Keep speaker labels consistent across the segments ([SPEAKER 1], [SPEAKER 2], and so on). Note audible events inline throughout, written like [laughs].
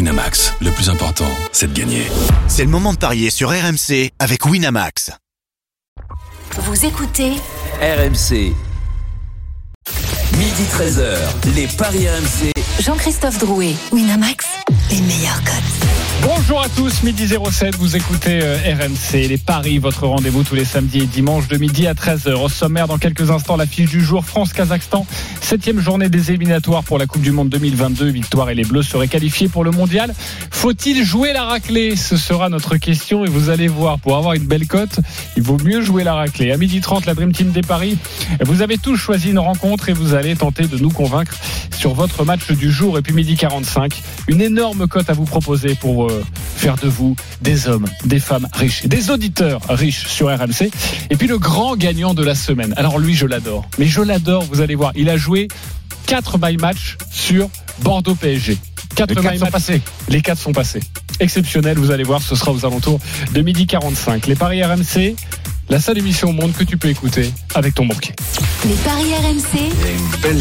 [SPEAKER 1] Winamax, le plus important, c'est de gagner.
[SPEAKER 2] C'est le moment de parier sur RMC avec Winamax.
[SPEAKER 3] Vous écoutez
[SPEAKER 4] RMC. Midi 13h, les Paris RMC.
[SPEAKER 3] Jean-Christophe Drouet, Winamax, les meilleurs codes.
[SPEAKER 5] Bonjour à tous, midi 07, vous écoutez euh, RMC, les Paris, votre rendez-vous tous les samedis et dimanches de midi à 13h. Au sommaire, dans quelques instants, l'affiche du jour France-Kazakhstan, septième journée des éliminatoires pour la Coupe du Monde 2022. Victoire et les Bleus seraient qualifiés pour le Mondial. Faut-il jouer la raclée Ce sera notre question et vous allez voir, pour avoir une belle cote, il vaut mieux jouer la raclée. À midi 30, la Dream Team des Paris, vous avez tous choisi une rencontre et vous allez tenter de nous convaincre sur votre match du jour. Et puis midi 45, une énorme cote à vous proposer pour euh, faire de vous des hommes, des femmes riches, des auditeurs riches sur RMC. Et puis le grand gagnant de la semaine. Alors lui, je l'adore. Mais je l'adore, vous allez voir. Il a joué 4 by match sur Bordeaux PSG. 4
[SPEAKER 6] Les quatre sont
[SPEAKER 5] passés. Les 4 sont passés. Exceptionnel, vous allez voir, ce sera aux alentours de midi 45. Les paris RMC, la seule émission au monde que tu peux écouter avec ton banquier.
[SPEAKER 3] Les Paris RMC,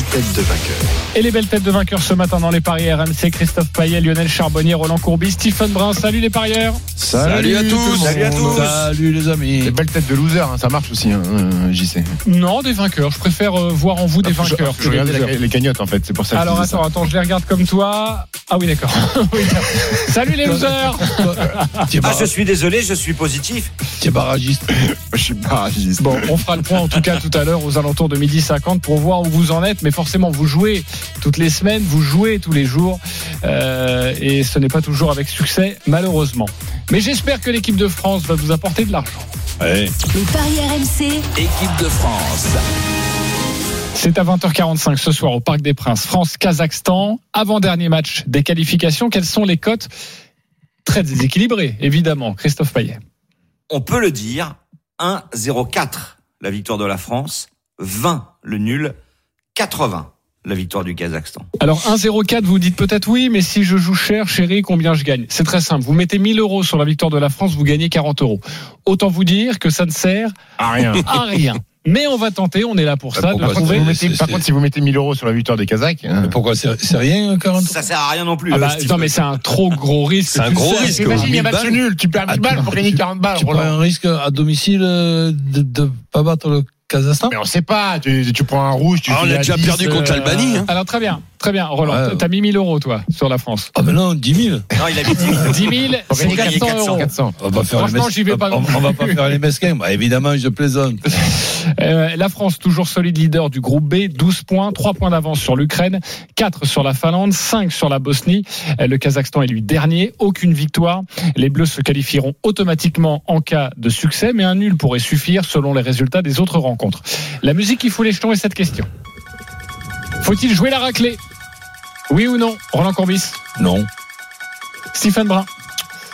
[SPEAKER 5] Et les belles têtes de vainqueurs ce matin dans les paris RMC, Christophe Payet, Lionel Charbonnier, Roland Courbis, Stephen Brun. Salut les parieurs.
[SPEAKER 6] Salut,
[SPEAKER 4] à tous.
[SPEAKER 6] Salut à tous Salut les amis Les belles têtes de loser, hein, ça marche aussi, hein, euh, JC.
[SPEAKER 5] Non, des vainqueurs. Je préfère euh, voir en vous des
[SPEAKER 6] Parce que je-
[SPEAKER 5] vainqueurs
[SPEAKER 6] parce que Je
[SPEAKER 5] que des
[SPEAKER 6] regardais
[SPEAKER 5] losers.
[SPEAKER 6] la- les cagnottes en fait, c'est pour ça que
[SPEAKER 5] Alors
[SPEAKER 6] je disais
[SPEAKER 5] attends, attends, je les regarde comme toi. Ah oui, d'accord. [laughs] Oui, d'accord. Salut les
[SPEAKER 6] [laughs]
[SPEAKER 5] losers.
[SPEAKER 7] Ah, je suis désolé, je suis positif.
[SPEAKER 6] ça.
[SPEAKER 8] [laughs]
[SPEAKER 6] Je suis barragiste.
[SPEAKER 5] Bon, on fera le point en tout cas tout à l'heure aux alentours de midi 50 pour voir où vous en êtes. Mais forcément, vous jouez toutes les semaines, vous jouez tous les jours. Euh, et ce n'est pas toujours avec succès, malheureusement. Mais j'espère que l'équipe de France va vous apporter de l'argent.
[SPEAKER 3] les Paris RMC,
[SPEAKER 4] Équipe de France.
[SPEAKER 5] C'est à 20h45 ce soir au Parc des Princes, France-Kazakhstan. Avant-dernier match des qualifications, quelles sont les cotes Très déséquilibrées, évidemment, Christophe Payet.
[SPEAKER 7] On peut le dire, 1-0-4, la victoire de la France, 20, le nul, 80, la victoire du Kazakhstan.
[SPEAKER 5] Alors 1-0-4, vous dites peut-être oui, mais si je joue cher, chérie, combien je gagne C'est très simple. Vous mettez 1000 euros sur la victoire de la France, vous gagnez 40 euros. Autant vous dire que ça ne sert
[SPEAKER 6] Ah rien
[SPEAKER 5] à rien. Mais on va tenter, on est là pour ça, de
[SPEAKER 8] Ah, pourquoi
[SPEAKER 6] Vous
[SPEAKER 5] trouver.
[SPEAKER 8] c'est-
[SPEAKER 6] mettez- Par
[SPEAKER 8] c'est-
[SPEAKER 6] contre, si vous mettez 1000 euros sur la victoire des Kazakhs, hein,
[SPEAKER 8] Mais Pourquoi C'est c'est rien, euh, 40
[SPEAKER 7] Ça sert à rien non plus.
[SPEAKER 5] Ah
[SPEAKER 7] euh,
[SPEAKER 5] bah,
[SPEAKER 7] Steve.
[SPEAKER 5] non mais c'est un trop gros risque.
[SPEAKER 8] C'est un
[SPEAKER 5] tu
[SPEAKER 8] gros
[SPEAKER 5] sais.
[SPEAKER 8] risque. hein.
[SPEAKER 6] T'imagines, il y a
[SPEAKER 8] 1000
[SPEAKER 6] match
[SPEAKER 8] balles.
[SPEAKER 6] nul, tu perds 1000 balles pour gagner 40 balles,
[SPEAKER 8] Tu prends un
[SPEAKER 6] Roland.
[SPEAKER 8] risque à domicile euh, de de pas battre le Kazakhstan
[SPEAKER 6] Mais on sait pas, tu, tu prends un rouge, tu
[SPEAKER 8] Ah, on
[SPEAKER 6] finis
[SPEAKER 8] a
[SPEAKER 6] à
[SPEAKER 8] déjà
[SPEAKER 6] 10,
[SPEAKER 8] perdu contre
[SPEAKER 6] euh,
[SPEAKER 8] l'Albanie, hein.
[SPEAKER 5] Alors très bien, très bien, Roland.
[SPEAKER 8] Ouais.
[SPEAKER 5] T'as mis 1000 euros toi sur la France.
[SPEAKER 8] Ah, mais non, 10 000.
[SPEAKER 7] Non, il a mis 10
[SPEAKER 5] 10 000,
[SPEAKER 6] pour
[SPEAKER 5] c'est
[SPEAKER 6] gagner
[SPEAKER 5] 400 euros.
[SPEAKER 6] 400.
[SPEAKER 8] On va pas faire
[SPEAKER 5] Franchement,
[SPEAKER 8] les mes-
[SPEAKER 5] j'y vais pas
[SPEAKER 8] on,
[SPEAKER 5] non plus.
[SPEAKER 8] on va pas faire les mesquins. Bah, évidemment, je plaisante.
[SPEAKER 5] [laughs] Euh, la France, toujours solide leader du groupe B, 12 points, 3 points d'avance sur l'Ukraine, 4 sur la Finlande, 5 sur la Bosnie. Euh, Le Kazakhstan est lui dernier, aucune victoire. Les Bleus se qualifieront automatiquement en cas de succès, mais un nul pourrait suffire selon les résultats des autres rencontres. La musique qui fout les jetons est cette question. Faut-il jouer la raclée Oui ou non Roland Courbis
[SPEAKER 8] Non.
[SPEAKER 5] Stephen Brun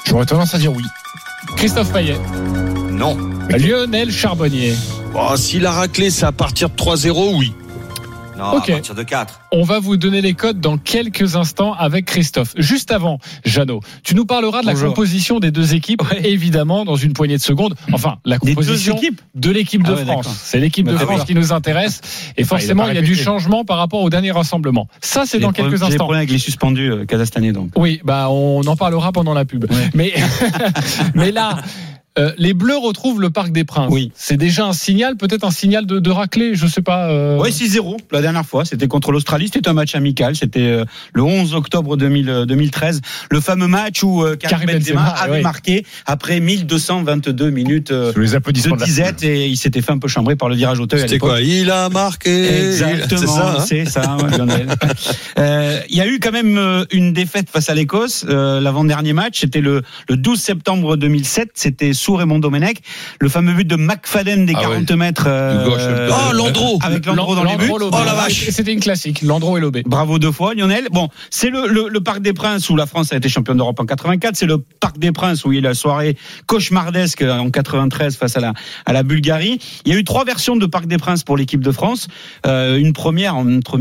[SPEAKER 6] J'aurais tendance à dire oui.
[SPEAKER 5] Christophe Payet
[SPEAKER 7] Non.
[SPEAKER 5] Lionel Charbonnier
[SPEAKER 9] Ah,
[SPEAKER 10] si la raclée, c'est à partir de 3-0, oui.
[SPEAKER 7] Non,
[SPEAKER 5] Ok.
[SPEAKER 7] à partir de 4.
[SPEAKER 5] On va vous donner les codes dans quelques instants avec Christophe. Juste avant, Jeannot, tu nous parleras de la
[SPEAKER 10] Bonjour.
[SPEAKER 5] composition des deux équipes, évidemment, dans une poignée de secondes. Enfin, la composition de l'équipe de
[SPEAKER 10] Ah ouais,
[SPEAKER 5] France.
[SPEAKER 10] d'accord.
[SPEAKER 5] C'est l'équipe de
[SPEAKER 10] Ah oui.
[SPEAKER 5] France qui nous
[SPEAKER 10] [laughs]
[SPEAKER 5] intéresse. Et forcément, il y a du
[SPEAKER 6] répété.
[SPEAKER 5] changement par rapport au dernier rassemblement. Ça, c'est dans quelques
[SPEAKER 10] J'ai des
[SPEAKER 5] instants.
[SPEAKER 10] problèmes avec les suspendus euh, kazakhstanais, donc.
[SPEAKER 5] Oui, bah on en parlera pendant la pub.
[SPEAKER 10] Ouais.
[SPEAKER 5] Mais, [laughs] mais là, euh, les Bleus retrouvent le Parc des Princes.
[SPEAKER 10] Oui.
[SPEAKER 5] C'est déjà un signal, peut-être un signal de, de raclée, je sais pas. euh,
[SPEAKER 10] Oui, 6-0 la dernière fois. C'était contre l'Australie. C'était un match amical. C'était euh, le 11 octobre 2000, euh, 2013. Le fameux match où euh, Karim
[SPEAKER 5] Karim
[SPEAKER 10] Benzema,
[SPEAKER 5] Benzema,
[SPEAKER 10] avait
[SPEAKER 5] oui.
[SPEAKER 10] marqué après 1222 minutes euh,
[SPEAKER 6] Sous les applaudissements de
[SPEAKER 10] de
[SPEAKER 6] la
[SPEAKER 10] disette et il s'était fait un peu chambrer par le virage au teuil à
[SPEAKER 8] C'était
[SPEAKER 10] l'époque.
[SPEAKER 8] quoi Il a marqué. C'est ça.
[SPEAKER 10] Exactement,
[SPEAKER 8] hein
[SPEAKER 10] c'est ça, ouais, Lionel. Euh, Il y a eu quand même euh, une défaite face à l'Écosse. euh, L'avant-dernier match, c'était le, le 12 septembre 2007. C'était sous Raymond Domenech. Le fameux but de McFadden des
[SPEAKER 8] Ah
[SPEAKER 10] 40 mètres. euh,
[SPEAKER 8] Du gauche, le-
[SPEAKER 10] euh,
[SPEAKER 8] Oh, Landreau
[SPEAKER 10] Avec Landreau dans les buts.
[SPEAKER 5] Landreau, Lobé. Ah,
[SPEAKER 8] Oh, la vache.
[SPEAKER 5] C'était une classique, Landreau et Lobé.
[SPEAKER 10] Bravo deux fois, Lionel. Bon, c'est le, le, le Parc des Princes où la France a été championne d'Europe en 84. C'est le Parc des Princes où il y a eu la soirée cauchemardesque en 93 face à la, à la Bulgarie. Il y a eu trois versions de Parc des Princes pour l'équipe de France. Euh, une première entre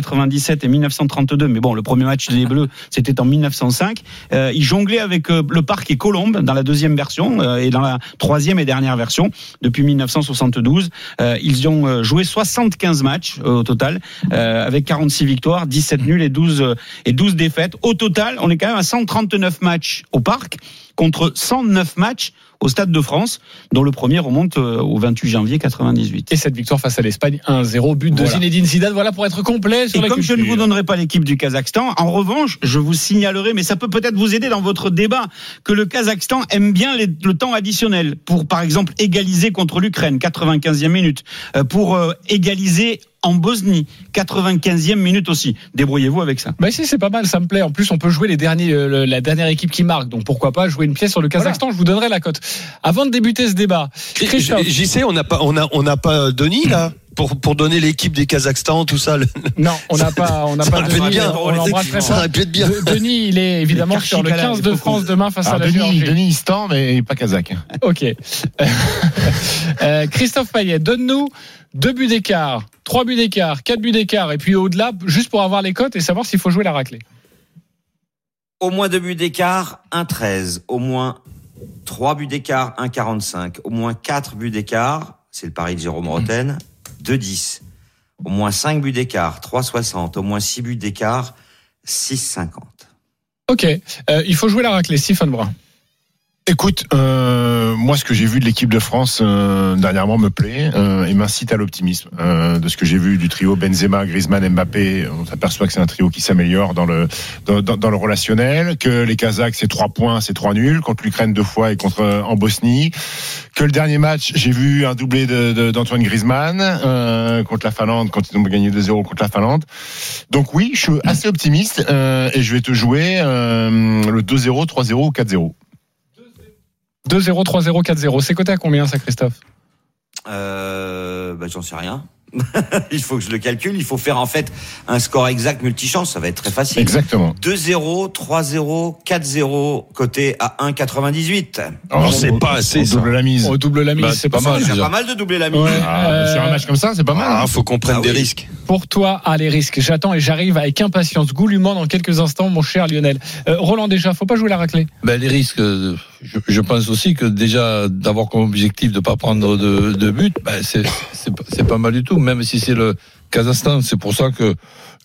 [SPEAKER 10] 1897 et 1932. Mais bon, le premier match [laughs] des Bleus, c'était en 1905. Euh, ils jonglaient avec euh, le Parc et Colombe dans la deuxième version. Euh, euh, est dans la troisième et dernière version depuis 1972. Euh, ils y ont euh, joué 75 matchs euh, au total, euh, avec 46 victoires, 17 nuls et 12 euh, et 12 défaites. Au total, on est quand même à 139 matchs au parc contre 109 matchs au Stade de France, dont le premier remonte euh, au 28 janvier 98.
[SPEAKER 5] Et cette victoire face à l'Espagne, 1-0, but de
[SPEAKER 10] Voilà.
[SPEAKER 5] Zinedine Zidane. Voilà pour être complet sur
[SPEAKER 10] Et
[SPEAKER 5] la
[SPEAKER 10] comme je ne
[SPEAKER 5] culture.
[SPEAKER 10] vous donnerai pas l'équipe du Kazakhstan, en revanche, je vous signalerai, mais ça peut peut-être vous aider dans votre débat, que le Kazakhstan aime bien les- le temps additionnel pour, par exemple, égaliser contre l'Ukraine, 95e minute, euh, pour euh, égaliser en Bosnie, 95e minute aussi. Débrouillez-vous avec ça.
[SPEAKER 5] Bah si, c'est pas mal, ça me plaît. En plus, on peut jouer les derniers, euh, le- la dernière équipe qui marque. Donc pourquoi pas jouer une pièce sur le Kazakhstan Je vous donnerai la cote. Avant de débuter ce débat, Christophe.
[SPEAKER 9] J'y sais, on n'a pas, on a, on n'a pas Denis là pour pour donner l'équipe des Kazakhstan, tout ça. le-
[SPEAKER 5] Non, on n'a pas, on n'a
[SPEAKER 9] Ça
[SPEAKER 5] pas.
[SPEAKER 9] aurait pu être
[SPEAKER 5] Denis, euh,
[SPEAKER 9] bien.
[SPEAKER 5] on l'embrasse très
[SPEAKER 9] Ça
[SPEAKER 5] fort.
[SPEAKER 9] aurait pu être bien.
[SPEAKER 5] De- Denis, il est évidemment
[SPEAKER 6] Les
[SPEAKER 5] sur le
[SPEAKER 6] Karchik à la-
[SPEAKER 5] 15 de France demain face à
[SPEAKER 6] Alors,
[SPEAKER 5] la
[SPEAKER 6] Denis,
[SPEAKER 5] Géorgie.
[SPEAKER 6] Denis, il se tend, mais il est pas kazakh.
[SPEAKER 5] Ok. [laughs] Euh, Christophe Payet, donne-nous deux buts d'écart, trois buts d'écart, quatre buts d'écart, et puis au-delà, juste pour avoir les cotes et savoir s'il faut jouer la raclée.
[SPEAKER 7] Au moins deux buts d'écart, 1,13. Au moins trois buts d'écart, 1,45. Au moins quatre buts d'écart, c'est le pari de Jérôme Roten, 2,10. Au moins cinq buts d'écart, 3,60. Au moins six buts d'écart, 6,50.
[SPEAKER 5] Ok. Euh, il faut jouer la raclée, Stephen Brun.
[SPEAKER 6] Écoute, euh, moi, ce que j'ai vu de l'équipe de France euh, dernièrement me plaît euh, et m'incite à l'optimisme. Euh, de ce que j'ai vu du trio Benzema, Griezmann, Mbappé, on s'aperçoit que c'est un trio qui s'améliore dans le dans, dans- dans le relationnel. Que les Kazakhs, c'est trois points, c'est trois nuls contre l'Ukraine deux fois et contre euh, en Bosnie. Que le dernier match, j'ai vu un doublé de- de- d'Antoine Griezmann euh, contre la Finlande quand ils ont gagné 2-0 contre la Finlande. Donc oui, je suis assez optimiste euh, et je vais te jouer euh, le 2-0, 3-0 ou 4-0.
[SPEAKER 5] 2-0, 3-0, 4-0. C'est coté à combien ça, Christophe
[SPEAKER 7] Euh, bah, j'en sais rien. [laughs] il faut que je le calcule. Il faut faire, en fait, un score exact multichance. Ça va être très facile.
[SPEAKER 6] Exactement.
[SPEAKER 7] 2-0, 3-0, 4-0, côté à 1,98.
[SPEAKER 9] Oh, c'est pas assez,
[SPEAKER 6] On
[SPEAKER 9] ça.
[SPEAKER 6] double la mise.
[SPEAKER 5] On double la mise,
[SPEAKER 9] Bah,
[SPEAKER 5] c'est pas, mal.
[SPEAKER 7] C'est déjà
[SPEAKER 9] déjà.
[SPEAKER 7] pas mal de doubler la mise.
[SPEAKER 5] Ouais,
[SPEAKER 6] Ah,
[SPEAKER 5] euh,
[SPEAKER 6] Sur un match comme ça, c'est pas mal. hein.
[SPEAKER 9] Ah, faut qu'on prenne
[SPEAKER 7] Ah
[SPEAKER 9] des
[SPEAKER 7] oui.
[SPEAKER 9] risques.
[SPEAKER 5] Pour toi, ah, les risques. J'attends et j'arrive avec impatience, goulûment dans quelques instants, mon cher Lionel. Euh, Roland, déjà, faut pas jouer la raclée.
[SPEAKER 8] Ben, les risques, euh, je, je pense aussi que déjà d'avoir comme objectif de pas prendre de, de but, ben, c'est- c'est pas- c'est pas mal du tout, même si c'est le Kazakhstan. C'est pour ça que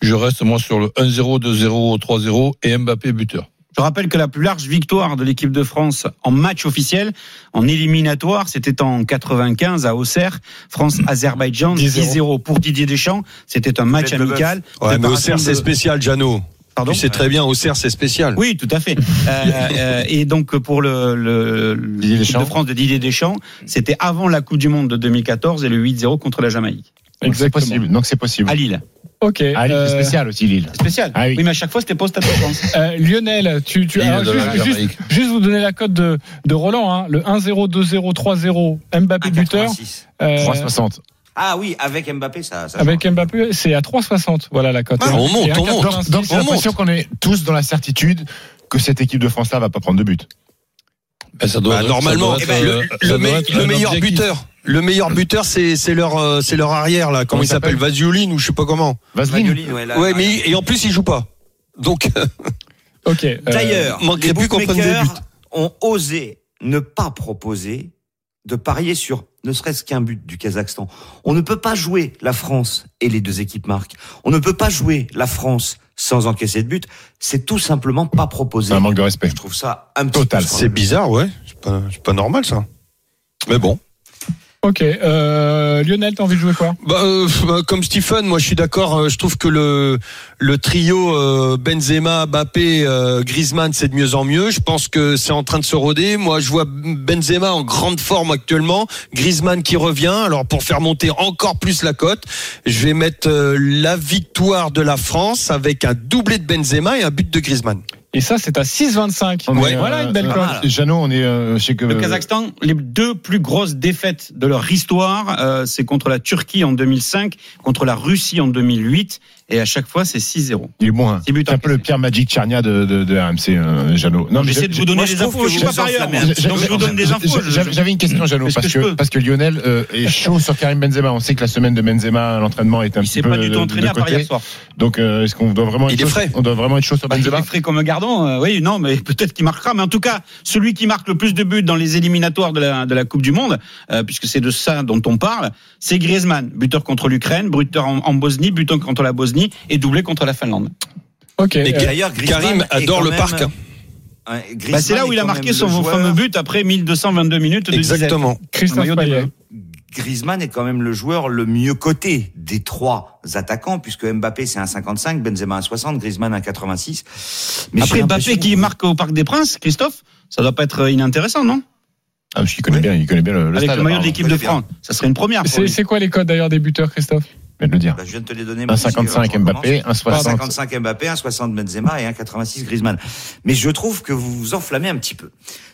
[SPEAKER 8] je reste moi sur le 1-0, 2-0, 3-0 et Mbappé buteur.
[SPEAKER 10] Je rappelle que la plus large victoire de l'équipe de France en match officiel, en éliminatoire, c'était en 95 à Auxerre, France-Azerbaïdjan
[SPEAKER 5] 10-0.
[SPEAKER 10] 10-0 pour Didier Deschamps. C'était un match
[SPEAKER 7] Bête de
[SPEAKER 10] amical.
[SPEAKER 9] Ouais, mais au
[SPEAKER 10] Préparation
[SPEAKER 9] CERF, c'est
[SPEAKER 10] de-
[SPEAKER 9] spécial, Jano.
[SPEAKER 10] Pardon
[SPEAKER 9] Tu sais très bien, au CERF, c'est spécial.
[SPEAKER 10] [laughs] Oui, tout à fait.
[SPEAKER 6] [laughs]
[SPEAKER 10] Euh, euh, et donc pour le, le, le-
[SPEAKER 6] Didier
[SPEAKER 10] l'équipe
[SPEAKER 6] Deschamps.
[SPEAKER 10] de France de Didier Deschamps, c'était avant la Coupe du Monde de 2014 et le 8-0 contre la Jamaïque
[SPEAKER 6] Donc, c'est possible. Donc c'est possible.
[SPEAKER 10] à Lille.
[SPEAKER 5] Ok.
[SPEAKER 6] Ah, Lille, c'est
[SPEAKER 5] euh,
[SPEAKER 6] spécial aussi Lille.
[SPEAKER 10] Spécial.
[SPEAKER 6] Ah
[SPEAKER 10] oui.
[SPEAKER 6] oui.
[SPEAKER 10] mais à chaque fois c'était pas au Stade de France.
[SPEAKER 5] euh, Lionel, tu, tu
[SPEAKER 8] Lille
[SPEAKER 5] alors,
[SPEAKER 8] de la
[SPEAKER 5] juste, juste-
[SPEAKER 8] Jamaïque.
[SPEAKER 5] juste vous donner la cote de, de Roland, hein, le 1-0, 2-0, 3-0,
[SPEAKER 9] Ah,
[SPEAKER 5] Mbappé buteur.
[SPEAKER 7] 1,86.
[SPEAKER 5] euh,
[SPEAKER 6] 3,60.
[SPEAKER 7] Ah oui, avec Mbappé, ça. ça
[SPEAKER 5] avec
[SPEAKER 7] change.
[SPEAKER 5] Mbappé, c'est à 3,60. Voilà la cote.
[SPEAKER 9] Ah, on
[SPEAKER 5] Et
[SPEAKER 9] monte,
[SPEAKER 5] 1,86.
[SPEAKER 9] on monte.
[SPEAKER 6] Donc j'ai
[SPEAKER 9] on
[SPEAKER 6] l'impression qu'on est tous dans la certitude que cette équipe de France-là va pas prendre de but.
[SPEAKER 8] Ben, ça doit
[SPEAKER 9] Bah,
[SPEAKER 8] être-
[SPEAKER 9] normalement,
[SPEAKER 8] ça doit
[SPEAKER 9] eh
[SPEAKER 8] être-
[SPEAKER 9] ben,
[SPEAKER 8] euh,
[SPEAKER 9] le,
[SPEAKER 8] ça
[SPEAKER 9] le
[SPEAKER 8] doit
[SPEAKER 9] me-
[SPEAKER 8] être
[SPEAKER 9] le
[SPEAKER 8] un
[SPEAKER 9] meilleur
[SPEAKER 8] objectif.
[SPEAKER 9] buteur, le meilleur buteur, c'est c'est leur euh, c'est leur arrière là. Comment il s'appelle Vasiulin ou je sais pas comment.
[SPEAKER 6] Vaseline.
[SPEAKER 7] Maguelin, ouais, là,
[SPEAKER 9] Ouais,
[SPEAKER 7] là,
[SPEAKER 9] mais et en plus il joue pas. Donc [laughs]
[SPEAKER 5] Ok. euh,
[SPEAKER 7] D'ailleurs,
[SPEAKER 9] manquerait
[SPEAKER 7] les
[SPEAKER 9] plus qu'on prenne des
[SPEAKER 7] bookmakers
[SPEAKER 9] buts.
[SPEAKER 7] ont osé ne pas proposer de parier sur ne serait-ce qu'un but du Kazakhstan. On ne peut pas jouer la France et les deux équipes marquent. On ne peut pas jouer la France sans encaisser de but. C'est tout simplement pas proposé.
[SPEAKER 6] C'est un manque de respect.
[SPEAKER 7] Je trouve ça un petit
[SPEAKER 6] Total.
[SPEAKER 7] peu
[SPEAKER 9] c'est bizarre, ouais. C'est pas, c'est pas normal ça. Mais bon.
[SPEAKER 5] Ok. euh, Lionel, t'as envie de jouer quoi
[SPEAKER 9] Bah, euh, pff, bah, comme Stephen, moi je suis d'accord. euh, je trouve que le le trio euh, Benzema, Mbappé, euh, Griezmann, c'est de mieux en mieux. Je pense que c'est en train de se roder. Moi, je vois Benzema en grande forme actuellement. Griezmann qui revient. Alors pour faire monter encore plus la cote, je vais mettre euh, la victoire de la France avec un doublé de Benzema et un but de Griezmann.
[SPEAKER 5] Et ça, c'est à 6,25.
[SPEAKER 6] On est,
[SPEAKER 5] Voilà
[SPEAKER 6] euh,
[SPEAKER 5] une belle
[SPEAKER 6] euh,
[SPEAKER 9] Ah.
[SPEAKER 5] cote.
[SPEAKER 6] Jeannot, on est euh, je sais que
[SPEAKER 10] Le Kazakhstan, les deux plus grosses défaites de leur histoire, euh, c'est contre la Turquie en 2005, contre la Russie en 2008 Et à chaque fois, c'est 6-0.
[SPEAKER 6] Il est bon. hein.
[SPEAKER 10] Six buts
[SPEAKER 6] C'est un peu le
[SPEAKER 10] encaissés.
[SPEAKER 6] Pierre Magic Charnia de, de, de RMC, euh, Jeannot. Non, mais
[SPEAKER 10] J'essaie
[SPEAKER 6] j'ai-
[SPEAKER 10] de vous
[SPEAKER 7] moi,
[SPEAKER 10] donner
[SPEAKER 7] je
[SPEAKER 10] des
[SPEAKER 7] trouve
[SPEAKER 10] infos.
[SPEAKER 7] que
[SPEAKER 10] Je
[SPEAKER 7] vous
[SPEAKER 10] suis pas
[SPEAKER 7] vous enflammez.
[SPEAKER 10] parieur.
[SPEAKER 7] Merde.
[SPEAKER 6] j'ai-
[SPEAKER 10] Donc je vous donne des infos. je-
[SPEAKER 6] J'avais j'avais une question, Jeannot,
[SPEAKER 10] Est-ce
[SPEAKER 6] parce
[SPEAKER 10] que je
[SPEAKER 6] que,
[SPEAKER 10] peux
[SPEAKER 6] parce que Lionel euh, est chaud sur Karim Benzema. On sait que la semaine de Benzema, l'entraînement est un
[SPEAKER 10] Il
[SPEAKER 6] petit
[SPEAKER 10] s'est
[SPEAKER 6] peu
[SPEAKER 10] pas du
[SPEAKER 6] de-
[SPEAKER 10] tout
[SPEAKER 6] de
[SPEAKER 10] entraîné à part
[SPEAKER 6] côté.
[SPEAKER 10] hier soir.
[SPEAKER 6] Donc, euh, est-ce qu'on doit vraiment être
[SPEAKER 9] Il est
[SPEAKER 6] chaud-
[SPEAKER 9] frais. Ah,
[SPEAKER 6] On doit vraiment être chaud sur
[SPEAKER 10] Bah, il
[SPEAKER 6] Benzema.
[SPEAKER 10] est frais comme un gardon, euh, oui, non, mais peut-être qu'il marquera. Mais en tout cas, celui qui marque le plus de buts dans les éliminatoires de la, de la Coupe du Monde, euh, puisque c'est de ça dont on parle, c'est Griezmann, buteur contre l'Ukraine, buteur en, en Bosnie, buteur contre la Bosnie et doublé contre la Finlande.
[SPEAKER 5] Ok.
[SPEAKER 9] Mais
[SPEAKER 5] euh,
[SPEAKER 7] D'ailleurs, Griezmann
[SPEAKER 9] Karim
[SPEAKER 7] est
[SPEAKER 9] adore
[SPEAKER 7] quand
[SPEAKER 9] le
[SPEAKER 7] même-
[SPEAKER 9] parc. hein.
[SPEAKER 7] Ouais, Griezmann
[SPEAKER 10] Bah, c'est là où
[SPEAKER 7] est
[SPEAKER 10] il a
[SPEAKER 7] quand
[SPEAKER 10] marqué
[SPEAKER 7] même
[SPEAKER 10] son
[SPEAKER 7] le joueur-
[SPEAKER 10] fameux but après 1222 minutes de disette.
[SPEAKER 9] Exactement.
[SPEAKER 5] Christophe
[SPEAKER 10] Maillot des
[SPEAKER 5] Payet.
[SPEAKER 10] Bleus.
[SPEAKER 7] Griezmann est quand même le joueur le mieux coté des trois attaquants, puisque Mbappé c'est un 55, Benzema un 60, Griezmann un 86. Mais
[SPEAKER 10] Après
[SPEAKER 7] j'ai
[SPEAKER 10] Mbappé
[SPEAKER 7] l'impression-
[SPEAKER 10] qui marque au Parc des Princes, Christophe, ça doit pas être euh, inintéressant, non
[SPEAKER 6] Ah, parce qu'il connaît bien, il connaît bien le, le
[SPEAKER 10] Avec
[SPEAKER 6] stade,
[SPEAKER 10] le maillot
[SPEAKER 6] apparemment.
[SPEAKER 10] de l'équipe de France, ça serait une première. pour
[SPEAKER 5] C'est
[SPEAKER 10] lui.
[SPEAKER 5] c'est quoi les codes d'ailleurs des buteurs, Christophe
[SPEAKER 6] Je viens de le dire.
[SPEAKER 7] Bah, je viens de te les donner.
[SPEAKER 6] Un
[SPEAKER 10] Ah,
[SPEAKER 7] Maurice, alors
[SPEAKER 6] 55
[SPEAKER 7] je recommence.
[SPEAKER 6] Mbappé, un 60.
[SPEAKER 7] 55 Mbappé, 1,60 Benzema et 1,86 Griezmann. Mais je trouve que vous vous enflammez un petit peu.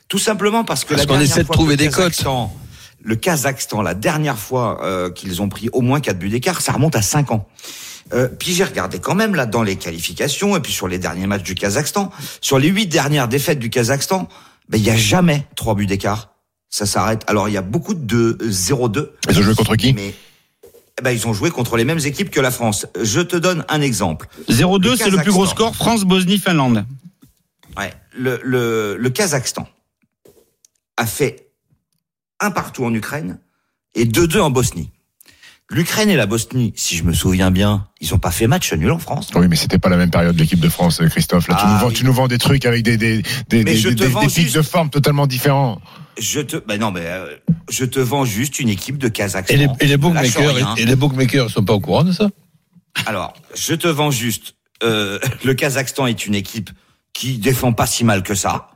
[SPEAKER 7] Tout simplement parce que
[SPEAKER 9] Parce
[SPEAKER 7] la
[SPEAKER 9] qu'on
[SPEAKER 7] dernière
[SPEAKER 9] essaie de
[SPEAKER 7] fois
[SPEAKER 9] trouver
[SPEAKER 7] que le
[SPEAKER 9] des cotes.
[SPEAKER 7] Kazakhstan- Le Kazakhstan, la dernière fois euh, qu'ils ont pris au moins 4 buts d'écart, ça remonte à 5 ans. Euh, puis j'ai regardé quand même là dans les qualifications et puis sur les derniers matchs du Kazakhstan, sur les 8 dernières défaites du Kazakhstan, ben, il n'y a jamais 3 buts d'écart. Ça s'arrête. Alors il y a beaucoup de 0-2.
[SPEAKER 6] Ils ont joué contre qui
[SPEAKER 7] Mais eh ben, ils ont joué contre les mêmes équipes que la France. Je te donne un exemple.
[SPEAKER 10] 0-2,
[SPEAKER 7] Le
[SPEAKER 10] c'est le plus gros
[SPEAKER 7] Kazakhstan.
[SPEAKER 10] score France-Bosnie-Finlande.
[SPEAKER 7] Ouais, le, le, le Kazakhstan a fait un partout en Ukraine et deux-deux en Bosnie. L'Ukraine et la Bosnie, si je me souviens bien, ils ont pas fait match nul en France.
[SPEAKER 6] Oui, mais c'était pas la même période de l'équipe de France, euh, Christophe. Là, tu,
[SPEAKER 7] Ah,
[SPEAKER 6] nous vends,
[SPEAKER 7] oui.
[SPEAKER 6] tu nous vends des trucs avec des, des, des,
[SPEAKER 7] Mais
[SPEAKER 6] des,
[SPEAKER 7] je
[SPEAKER 6] des-
[SPEAKER 7] te
[SPEAKER 6] des-
[SPEAKER 7] vends
[SPEAKER 6] des pics
[SPEAKER 7] juste-
[SPEAKER 6] de forme totalement différents.
[SPEAKER 7] Je te, ben non, mais euh, je te vends juste une équipe de Kazakhstan.
[SPEAKER 8] Et les, et les
[SPEAKER 7] Lâche rien.
[SPEAKER 8] bookmakers, et les bookmakers sont pas au courant de ça
[SPEAKER 7] Alors, je te vends juste. euh, [laughs] le Kazakhstan est une équipe qui défend pas si mal que ça.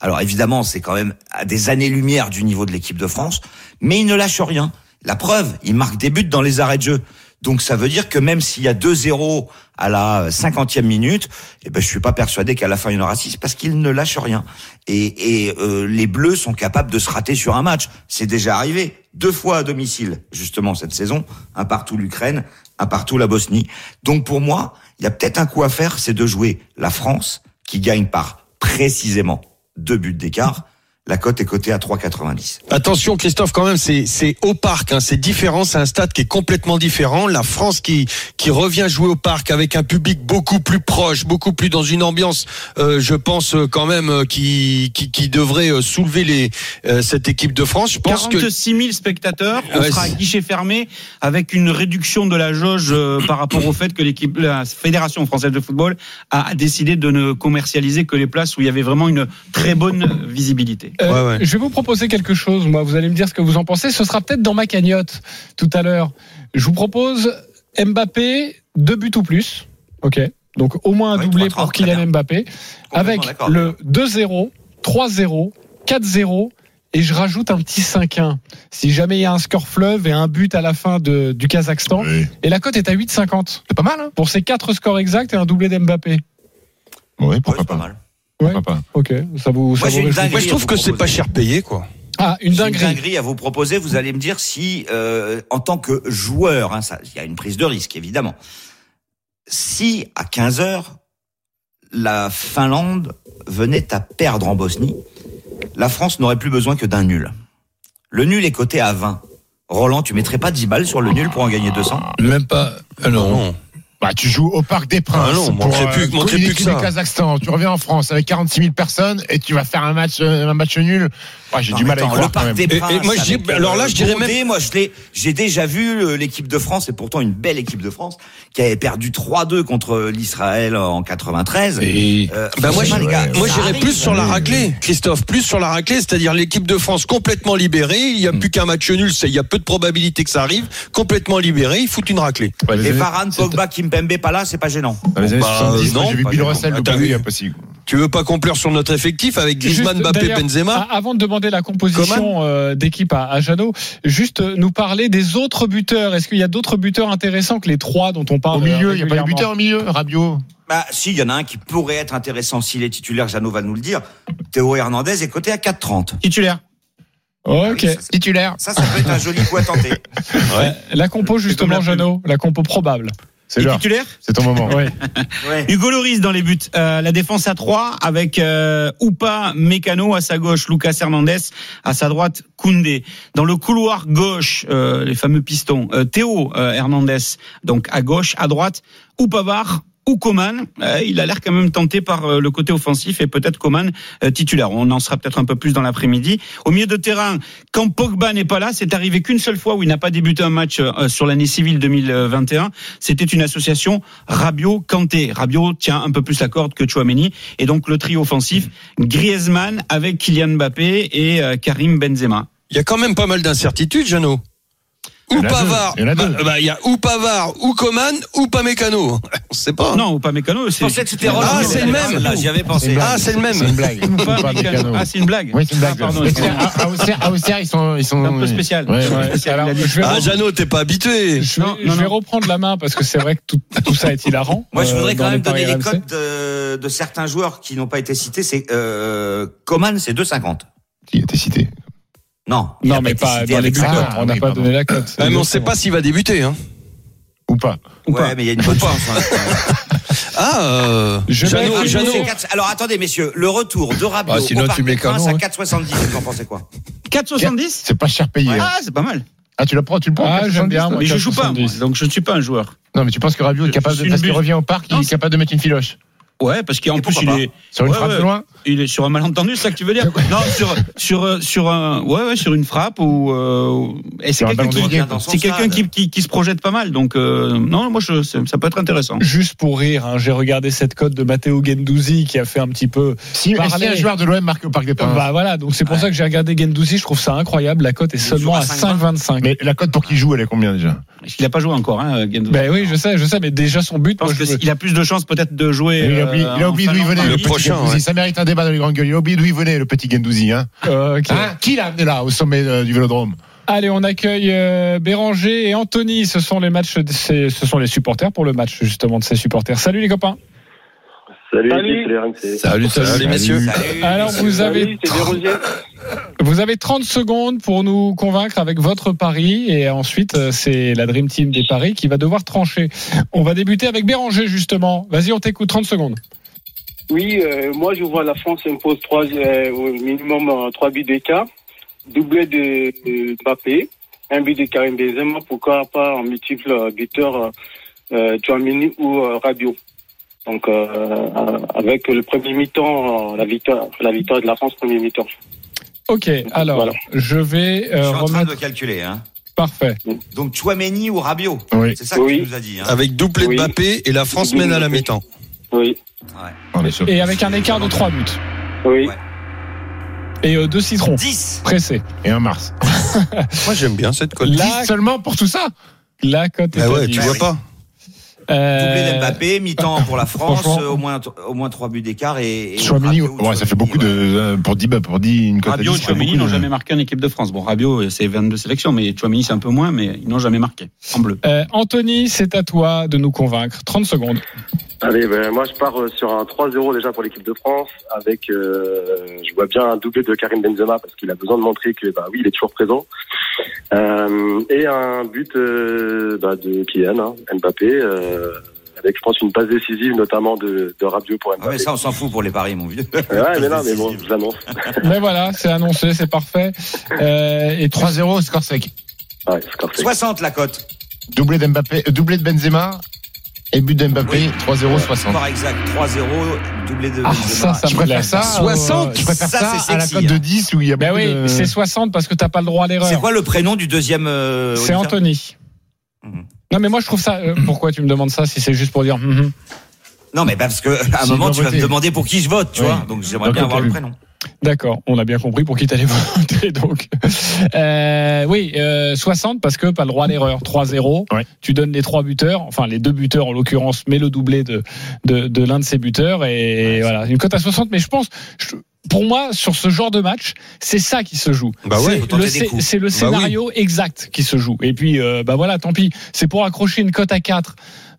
[SPEAKER 7] Alors évidemment, c'est quand même à des années-lumière du niveau de l'équipe de France, mais ils ne lâchent rien. La preuve, ils marquent des buts dans les arrêts de jeu. Donc ça veut dire que même s'il y a 2-0 à la 50e minute, eh ben, je suis pas persuadé qu'à la fin il y en aura 6 parce qu'ils ne lâchent rien. Et, et, euh, les Bleus sont capables de se rater sur un match. C'est déjà arrivé deux fois à domicile, justement, cette saison. Un partout l'Ukraine, un partout la Bosnie. Donc pour moi, il y a peut-être un coup à faire, c'est de jouer la France qui gagne par précisément deux buts d'écart. La cote est cotée à 3,90.
[SPEAKER 9] Attention Christophe quand même c'est c'est au parc hein, c'est différent c'est un stade qui est complètement différent la France qui qui revient jouer au parc avec un public beaucoup plus proche beaucoup plus dans une ambiance euh, je pense euh, quand même euh, qui qui, qui devrait euh, soulever les euh, cette équipe de France je pense que
[SPEAKER 10] 46 000 spectateurs, on
[SPEAKER 9] Ouais,
[SPEAKER 10] sera à
[SPEAKER 9] c'est-
[SPEAKER 10] guichet fermé avec une réduction de la jauge euh, [coughs] par rapport au fait que l'équipe, la Fédération française de football a décidé de ne commercialiser que les places où il y avait vraiment une très bonne visibilité.
[SPEAKER 5] Euh,
[SPEAKER 9] Ouais, ouais.
[SPEAKER 5] Je vais vous proposer quelque chose, moi. Vous allez me dire ce que vous en pensez. Ce sera peut-être dans ma cagnotte tout à l'heure. Je vous propose Mbappé, deux buts ou plus. OK. Donc au moins un
[SPEAKER 7] Ouais,
[SPEAKER 5] doublé
[SPEAKER 7] 3-30,
[SPEAKER 5] pour Kylian
[SPEAKER 7] très
[SPEAKER 5] Mbappé. Avec
[SPEAKER 7] d'accord.
[SPEAKER 5] le 2-0, 3-0, 4-0. Et je rajoute un petit 5-1. Si jamais il y a un score fleuve et un but à la fin de- du Kazakhstan.
[SPEAKER 6] Oui.
[SPEAKER 5] Et la cote est à 8,50.
[SPEAKER 6] C'est pas mal, hein
[SPEAKER 5] Pour ces quatre scores exacts et un doublé d'Mbappé.
[SPEAKER 6] Oui,
[SPEAKER 7] Ouais,
[SPEAKER 6] pourquoi
[SPEAKER 7] c'est
[SPEAKER 6] pas.
[SPEAKER 7] pas mal.
[SPEAKER 6] Pourquoi pas.
[SPEAKER 5] OK. Ça vous, ça
[SPEAKER 7] Moi, j'ai
[SPEAKER 5] vous
[SPEAKER 7] une
[SPEAKER 5] réjouit
[SPEAKER 7] dinguerie
[SPEAKER 9] moi je
[SPEAKER 7] à
[SPEAKER 9] trouve
[SPEAKER 7] vous
[SPEAKER 9] que c'est pas
[SPEAKER 7] proposer.
[SPEAKER 9] cher payé quoi
[SPEAKER 5] Ah, une
[SPEAKER 7] J'ai
[SPEAKER 5] dinguerie.
[SPEAKER 7] à vous proposer. Vous allez me dire si, euh, en tant que joueur, hein, ça, il y a une prise de risque évidemment. Si à 15 heures, la Finlande venait à perdre en Bosnie, la France n'aurait plus besoin que d'un nul. Le nul est coté à 20. Roland, tu mettrais pas 10 balles sur le nul pour en gagner 200
[SPEAKER 8] Même pas un euro.
[SPEAKER 6] Bah, tu joues au Parc des Princes.
[SPEAKER 9] Ah non,
[SPEAKER 6] pour,
[SPEAKER 9] montrez
[SPEAKER 6] euh,
[SPEAKER 9] plus- montrez
[SPEAKER 6] une
[SPEAKER 9] plus
[SPEAKER 6] équipe
[SPEAKER 9] que ça.
[SPEAKER 6] du Kazakhstan. Tu reviens en France avec 46 000 personnes et tu vas faire un match, euh, un match nul. Ouais, J'ai
[SPEAKER 7] Non,
[SPEAKER 6] du
[SPEAKER 7] mais
[SPEAKER 6] mal à y
[SPEAKER 7] attends,
[SPEAKER 6] croire
[SPEAKER 7] le
[SPEAKER 6] quand
[SPEAKER 7] Parc
[SPEAKER 6] même.
[SPEAKER 7] des
[SPEAKER 9] Et- et
[SPEAKER 7] Princes
[SPEAKER 9] moi, je dis-
[SPEAKER 7] avec, euh,
[SPEAKER 9] alors là, je dirais
[SPEAKER 7] Bondé, moi je l'ai, j'ai déjà vu euh, l'équipe de France et pourtant une belle équipe de France qui avait perdu 3-2 contre l'Israël en 93.
[SPEAKER 8] Et
[SPEAKER 7] Euh,
[SPEAKER 9] Bah moi,
[SPEAKER 7] franchement,
[SPEAKER 9] je-
[SPEAKER 7] les gars,
[SPEAKER 9] moi
[SPEAKER 7] ça
[SPEAKER 9] j'irais
[SPEAKER 7] arrive.
[SPEAKER 9] plus sur la raclée, Christophe, plus sur la raclée, c'est-à-dire l'équipe de France complètement libérée, il
[SPEAKER 6] Mm.
[SPEAKER 9] n'y a plus qu'un match nul, c'est- il y a peu de probabilité que ça arrive, complètement libérée, ils foutent une raclée.
[SPEAKER 6] Ouais, les
[SPEAKER 7] Et
[SPEAKER 6] années-
[SPEAKER 7] Varane, Pogba, Kimpembe, pas là, c'est pas gênant.
[SPEAKER 6] Dans les années
[SPEAKER 9] Bah,
[SPEAKER 6] 70, moi,
[SPEAKER 9] non,
[SPEAKER 6] j'ai vu
[SPEAKER 7] pas
[SPEAKER 6] Bill
[SPEAKER 7] gênant.
[SPEAKER 6] Russell le
[SPEAKER 9] Attends,
[SPEAKER 6] premier
[SPEAKER 9] oui.
[SPEAKER 6] impossible.
[SPEAKER 9] Tu veux pas qu'on pleure sur notre effectif avec Griezmann,
[SPEAKER 5] Juste,
[SPEAKER 9] Mbappé,
[SPEAKER 5] d'ailleurs,
[SPEAKER 9] Benzema
[SPEAKER 6] ah.
[SPEAKER 5] a- Avant de demander la composition euh, d'équipe à, à Jeannot, juste euh, nous parler des autres buteurs. Est-ce qu'il y a d'autres buteurs intéressants que les trois dont on parle euh,
[SPEAKER 6] Au milieu, il n'y a pas de
[SPEAKER 5] de
[SPEAKER 6] buteur au milieu, Rabiot.
[SPEAKER 7] Bah, si, il y en a un qui pourrait être intéressant s'il est titulaire, Jeannot va nous le dire. Théo Hernandez est coté à 4,30.
[SPEAKER 10] Titulaire.
[SPEAKER 5] Ok.
[SPEAKER 7] Ah oui, ça,
[SPEAKER 6] Titulaire.
[SPEAKER 7] Ça, ça peut être un joli coup à tenter.
[SPEAKER 5] La compo justement,
[SPEAKER 10] comme la pub.
[SPEAKER 5] Jeannot, la compo probable.
[SPEAKER 6] C'est
[SPEAKER 10] Il est
[SPEAKER 6] l'heure.
[SPEAKER 10] titulaire
[SPEAKER 6] C'est ton moment.
[SPEAKER 5] Ouais.
[SPEAKER 7] Ouais.
[SPEAKER 10] Hugo Loris dans les buts. Euh, la défense à 3 avec euh, Oupa, Mécano à sa gauche, Lucas Hernandez à sa droite, Koundé. Dans le couloir gauche, euh, les fameux pistons, euh, Théo euh, Hernandez donc à gauche, à droite, ou Pavard ou Coman, Euh, il a l'air quand même tenté par euh, le côté offensif et peut-être Coman euh, titulaire. On en sera peut-être un peu plus dans l'après-midi. Au milieu de terrain, quand Pogba n'est pas là, c'est arrivé qu'une seule fois où il n'a pas débuté un match euh, sur l'année civile 2021. C'était une association Rabiot-Kanté. Rabiot tient un peu plus la corde que Chouameni. Et donc le trio offensif, Griezmann avec Kylian Mbappé et euh, Karim Benzema.
[SPEAKER 9] Il y a quand même pas mal d'incertitudes, Jeannot.
[SPEAKER 6] Il y
[SPEAKER 9] Ou
[SPEAKER 6] en a deux.
[SPEAKER 9] Pavard,
[SPEAKER 6] Il y en a deux.
[SPEAKER 9] Bah, bah, il y a ou Pavard, ou Coman, ou pas Mécano. [laughs] On sait pas.
[SPEAKER 10] Non, ou pas Mécano,
[SPEAKER 7] Oh. Je
[SPEAKER 10] c'est...
[SPEAKER 7] pensais que c'était
[SPEAKER 9] Ah, c'est le même.
[SPEAKER 7] Là, j'y avais pensé.
[SPEAKER 9] Ah, c'est le même.
[SPEAKER 6] C'est une blague.
[SPEAKER 10] Ou pas
[SPEAKER 6] Pas
[SPEAKER 10] Mécano.
[SPEAKER 6] Mécano.
[SPEAKER 10] Ah, c'est une blague.
[SPEAKER 6] Oui, c'est une blague.
[SPEAKER 10] Ah, pardon,
[SPEAKER 6] Mais
[SPEAKER 10] excusez-moi.
[SPEAKER 6] [laughs] à- à Auxerre- à Auxerre, ils sont, ils sont
[SPEAKER 10] C'est un peu spécial.
[SPEAKER 6] Ouais,
[SPEAKER 10] C'est un peu
[SPEAKER 6] ouais.
[SPEAKER 10] spécial,
[SPEAKER 5] Alors,
[SPEAKER 10] il a dit.
[SPEAKER 5] je vais
[SPEAKER 9] Ah,
[SPEAKER 5] reprendre-
[SPEAKER 9] Jeannot, t'es pas habitué.
[SPEAKER 5] Je,
[SPEAKER 10] Non,
[SPEAKER 5] vais-
[SPEAKER 10] non,
[SPEAKER 5] je vais
[SPEAKER 10] non.
[SPEAKER 5] reprendre la main parce que c'est vrai que tout, tout ça est hilarant.
[SPEAKER 7] Moi, je
[SPEAKER 5] euh,
[SPEAKER 7] voudrais
[SPEAKER 5] dans
[SPEAKER 7] quand même
[SPEAKER 5] paris
[SPEAKER 7] donner les
[SPEAKER 5] RMC.
[SPEAKER 7] codes de, de certains joueurs qui n'ont pas été cités. C'est euh, Coman, c'est 2,50.
[SPEAKER 6] Qui était cité.
[SPEAKER 7] Non, il a
[SPEAKER 5] Non, mais
[SPEAKER 7] été
[SPEAKER 5] pas
[SPEAKER 7] cité
[SPEAKER 5] dans les
[SPEAKER 7] avec
[SPEAKER 5] buts.
[SPEAKER 7] sa
[SPEAKER 6] cote.
[SPEAKER 7] cote.
[SPEAKER 5] on n'a
[SPEAKER 6] Oui,
[SPEAKER 5] pas
[SPEAKER 6] pardon.
[SPEAKER 5] donné la cote.
[SPEAKER 9] Ah, mais on sait pas s'il va débuter. Hein.
[SPEAKER 6] Ou pas.
[SPEAKER 10] Ou
[SPEAKER 7] Ouais,
[SPEAKER 10] pas.
[SPEAKER 7] mais il y a une bonne chance. hein.
[SPEAKER 9] Ah, euh,
[SPEAKER 5] Je vais
[SPEAKER 9] Jeannot,
[SPEAKER 5] Oh,
[SPEAKER 7] Ah,
[SPEAKER 5] écouter-
[SPEAKER 9] Jeannot.
[SPEAKER 7] c'est quatre- Alors attendez, messieurs, le retour de Rabiot
[SPEAKER 8] Ah, sinon,
[SPEAKER 7] au
[SPEAKER 8] tu
[SPEAKER 7] Parc
[SPEAKER 8] mets
[SPEAKER 7] des Princes
[SPEAKER 8] Cano,
[SPEAKER 7] à
[SPEAKER 8] hein.
[SPEAKER 7] 4,70. Vous en pensez quoi
[SPEAKER 10] 4,70
[SPEAKER 6] C'est pas cher payé. hein.
[SPEAKER 10] Ah, c'est pas mal.
[SPEAKER 6] Ah, tu le prends, tu le prends.
[SPEAKER 5] Ah,
[SPEAKER 6] 4,70,
[SPEAKER 5] j'aime bien,
[SPEAKER 6] toi.
[SPEAKER 5] moi.
[SPEAKER 10] Mais je joue pas,
[SPEAKER 5] 4,70.
[SPEAKER 10] moi, donc je ne suis pas un joueur.
[SPEAKER 6] Non, mais tu penses que Rabiot
[SPEAKER 10] Je-
[SPEAKER 6] est capable
[SPEAKER 10] je
[SPEAKER 6] de,
[SPEAKER 10] suis
[SPEAKER 6] parce qu'il
[SPEAKER 10] une
[SPEAKER 6] revient au parc,
[SPEAKER 10] Non,
[SPEAKER 6] il est
[SPEAKER 10] c'est-
[SPEAKER 6] capable de mettre une filoche
[SPEAKER 10] Ouais, parce qu'en
[SPEAKER 7] Et
[SPEAKER 10] plus, il
[SPEAKER 7] pourquoi
[SPEAKER 10] est,
[SPEAKER 6] sur une
[SPEAKER 10] Ouais,
[SPEAKER 6] frappe de
[SPEAKER 10] ouais.
[SPEAKER 6] loin.
[SPEAKER 10] il est sur un malentendu, c'est ça que tu veux dire Non, sur sur euh, sur un ouais, ouais sur une frappe ou euh, et c'est
[SPEAKER 6] Sur un
[SPEAKER 10] quelqu'un
[SPEAKER 6] ballon
[SPEAKER 10] qui,
[SPEAKER 6] de
[SPEAKER 7] revient dans son
[SPEAKER 10] c'est quelqu'un
[SPEAKER 7] stade.
[SPEAKER 10] qui, qui qui se projette pas mal. Donc euh, non, moi je c'est- ça peut être intéressant.
[SPEAKER 5] Juste pour rire, hein, j'ai regardé cette cote de Matteo Gendouzi qui a fait un petit peu.
[SPEAKER 6] Si,
[SPEAKER 5] Parler.
[SPEAKER 6] si un joueur de l'OM marque au parc des Princes.
[SPEAKER 5] Bah voilà, donc c'est pour
[SPEAKER 7] Ouais.
[SPEAKER 5] ça que j'ai regardé Gendouzi. Je trouve ça incroyable. La cote est
[SPEAKER 7] joue
[SPEAKER 5] seulement
[SPEAKER 7] à
[SPEAKER 5] à 5,25.
[SPEAKER 6] mais la cote pour qu'il joue, elle est combien déjà
[SPEAKER 10] Il a pas joué encore hein Guendouzi.
[SPEAKER 5] Ben oui, je sais, je sais, mais déjà son
[SPEAKER 10] je
[SPEAKER 5] but. moi,
[SPEAKER 10] pense
[SPEAKER 5] je me-
[SPEAKER 10] qu'il a plus de chances peut-être de jouer
[SPEAKER 6] Il a oublié,
[SPEAKER 10] euh,
[SPEAKER 6] il a
[SPEAKER 10] en
[SPEAKER 6] oublié d'où il
[SPEAKER 10] Finlande.
[SPEAKER 6] venait.
[SPEAKER 9] Le
[SPEAKER 6] petit
[SPEAKER 9] prochain,
[SPEAKER 6] Gendouzi.
[SPEAKER 9] ouais.
[SPEAKER 6] Ça mérite un débat dans les grandes gueules. Il a oublié d'où il venait, le petit Gendouzi. Hein
[SPEAKER 5] Euh, ok.
[SPEAKER 7] Ah.
[SPEAKER 6] Hein qui l'a amené là, au sommet euh, du vélodrome
[SPEAKER 5] Allez, on accueille euh, Béranger et Anthony. Ce sont les matchs, de ces- ce sont les supporters pour le match justement de ces supporters. Salut les copains.
[SPEAKER 11] Salut,
[SPEAKER 12] Salut.
[SPEAKER 11] l'équipe, les RMC.
[SPEAKER 8] Salut, salut,
[SPEAKER 9] Salut, messieurs.
[SPEAKER 7] Salut,
[SPEAKER 5] Alors
[SPEAKER 7] messieurs.
[SPEAKER 5] vous avez
[SPEAKER 12] Salut, c'est Desrosiers.
[SPEAKER 5] Vous avez 30 secondes pour nous convaincre avec votre pari et ensuite euh, c'est la Dream Team des paris qui va devoir trancher. On va débuter avec Béranger justement. Vas-y, on t'écoute 30 secondes.
[SPEAKER 12] Oui, euh, moi je vois la France impose trois, euh, au minimum euh, trois buts d'écart, doublé de, de Mbappé, un but de Karim Benzema, pourquoi pas en multiple euh, buteur euh, euh, Tchouaméni ou euh, Rabiot. Donc euh, euh, avec le premier mi-temps, euh, la victoire, la victoire de la France premier mi-temps.
[SPEAKER 5] Ok, alors
[SPEAKER 12] Voilà.
[SPEAKER 5] je vais
[SPEAKER 7] Je
[SPEAKER 5] euh,
[SPEAKER 7] suis en train
[SPEAKER 5] remettre.
[SPEAKER 7] de calculer. Hein.
[SPEAKER 5] Parfait.
[SPEAKER 7] Donc Chouameni ou Rabiot
[SPEAKER 6] Oui.
[SPEAKER 7] C'est ça que
[SPEAKER 12] Oui.
[SPEAKER 7] tu nous as dit. Hein.
[SPEAKER 9] Avec doublé de
[SPEAKER 12] Oui.
[SPEAKER 9] Mbappé et la France mène à la mi-temps.
[SPEAKER 12] Oui,
[SPEAKER 6] On est sûr.
[SPEAKER 5] Et avec un écart de 3 buts
[SPEAKER 12] oui.
[SPEAKER 7] Ouais.
[SPEAKER 5] et euh, deux citrons
[SPEAKER 7] 10
[SPEAKER 5] pressés.
[SPEAKER 6] Et un Mars.
[SPEAKER 9] Moi, j'aime bien cette cote.
[SPEAKER 5] La,
[SPEAKER 6] 10 seulement pour tout ça
[SPEAKER 5] la cote est
[SPEAKER 9] Ah
[SPEAKER 5] à
[SPEAKER 9] ouais,
[SPEAKER 5] dix.
[SPEAKER 9] tu vois
[SPEAKER 7] oui.
[SPEAKER 9] pas.
[SPEAKER 5] Euh,
[SPEAKER 7] Doublé d'Mbappé, mi-temps pour la France,
[SPEAKER 5] [laughs] franchement-
[SPEAKER 7] euh, au moins au moins 3 buts d'écart et, et
[SPEAKER 6] Chouamini,
[SPEAKER 7] Rabiot ou
[SPEAKER 6] ouais, ça
[SPEAKER 7] Tchouaméni,
[SPEAKER 6] fait beaucoup de.
[SPEAKER 7] ouais.
[SPEAKER 6] euh, Pour 10, bah, pour 10 une cote à 10,
[SPEAKER 10] Rabiot Ah, et
[SPEAKER 6] ça fait
[SPEAKER 10] Chouamini
[SPEAKER 6] beaucoup
[SPEAKER 10] n'ont
[SPEAKER 6] de-
[SPEAKER 10] jamais marqué en équipe de France. Bon, Rabiot, c'est 22 sélections, mais Chouamini, c'est un peu moins, mais ils n'ont jamais marqué en bleu.
[SPEAKER 5] euh, Anthony, c'est à toi de nous convaincre. 30 secondes.
[SPEAKER 11] Allez, ben, moi je pars euh, sur un 3-0 déjà pour l'équipe de France avec, euh, je vois bien un doublé de Karim Benzema parce qu'il a besoin de montrer que, bah oui, il est toujours présent. Euh, et un but euh, bah, de Kylian, hein, Mbappé, euh, avec je pense une passe décisive notamment de, de Rabiot pour
[SPEAKER 7] Ah, mais
[SPEAKER 11] Mbappé.
[SPEAKER 7] ça, on s'en fout pour les paris, mon vieux.
[SPEAKER 11] ouais,
[SPEAKER 7] [laughs]
[SPEAKER 11] mais non, mais bon, je l'annonce.
[SPEAKER 5] Mais voilà, c'est annoncé, c'est parfait. Euh, et 3
[SPEAKER 6] 3-0, score sec.
[SPEAKER 11] Ouais, score fait.
[SPEAKER 7] 60 la cote,
[SPEAKER 6] Doublé, d'Mbappé, euh, doublé de Benzema et but d'Mbappé, 3-0, 60.
[SPEAKER 7] score exact 3-0, doublé de
[SPEAKER 5] Ah,
[SPEAKER 7] Benzema.
[SPEAKER 5] ça, ça
[SPEAKER 6] je
[SPEAKER 5] me
[SPEAKER 6] préfère
[SPEAKER 5] plaît.
[SPEAKER 6] ça. au-
[SPEAKER 9] 60.
[SPEAKER 6] je préfère
[SPEAKER 7] Ça,
[SPEAKER 6] ça,
[SPEAKER 7] c'est
[SPEAKER 6] à la
[SPEAKER 7] sexy,
[SPEAKER 6] cote
[SPEAKER 7] hein.
[SPEAKER 6] de Euh, 10 où il y a
[SPEAKER 5] Ben
[SPEAKER 6] beaucoup
[SPEAKER 5] oui,
[SPEAKER 6] de-
[SPEAKER 5] c'est 60 parce que t'as pas le droit à
[SPEAKER 7] C'est
[SPEAKER 5] l'erreur.
[SPEAKER 7] quoi le prénom du deuxième euh,
[SPEAKER 5] C'est
[SPEAKER 7] auditeur
[SPEAKER 5] Anthony.
[SPEAKER 7] Mhm.
[SPEAKER 5] Non mais moi je trouve ça. euh, pourquoi tu me demandes ça si c'est juste pour dire mhm.
[SPEAKER 7] Non, mais bah, parce que à un
[SPEAKER 6] Si,
[SPEAKER 7] moment,
[SPEAKER 6] il
[SPEAKER 7] tu
[SPEAKER 6] doit
[SPEAKER 7] vas me
[SPEAKER 6] voter.
[SPEAKER 7] demander pour qui je vote, tu
[SPEAKER 6] Oui.
[SPEAKER 7] vois. Donc j'aimerais
[SPEAKER 6] Donc,
[SPEAKER 7] bien
[SPEAKER 6] ok.
[SPEAKER 7] avoir le prénom.
[SPEAKER 5] D'accord, on a bien compris pour qui t'allais [laughs] voter donc. Euh, oui, euh, 60 parce que pas le droit à l'erreur. 3-0.
[SPEAKER 6] Ouais.
[SPEAKER 5] Tu donnes les trois buteurs, enfin les deux buteurs en l'occurrence, mais le doublé de de, de l'un de ses buteurs et voilà une cote à 60. Mais je pense je- pour moi, sur ce genre de match, c'est ça qui se joue.
[SPEAKER 9] Bah
[SPEAKER 5] C'est
[SPEAKER 9] ouais,
[SPEAKER 5] le
[SPEAKER 9] faut tenter des
[SPEAKER 5] scé-
[SPEAKER 9] coups.
[SPEAKER 5] c'est le
[SPEAKER 9] Bah
[SPEAKER 5] scénario exact qui se joue. Et puis, euh, bah voilà, tant pis. C'est pour accrocher une cote à 4.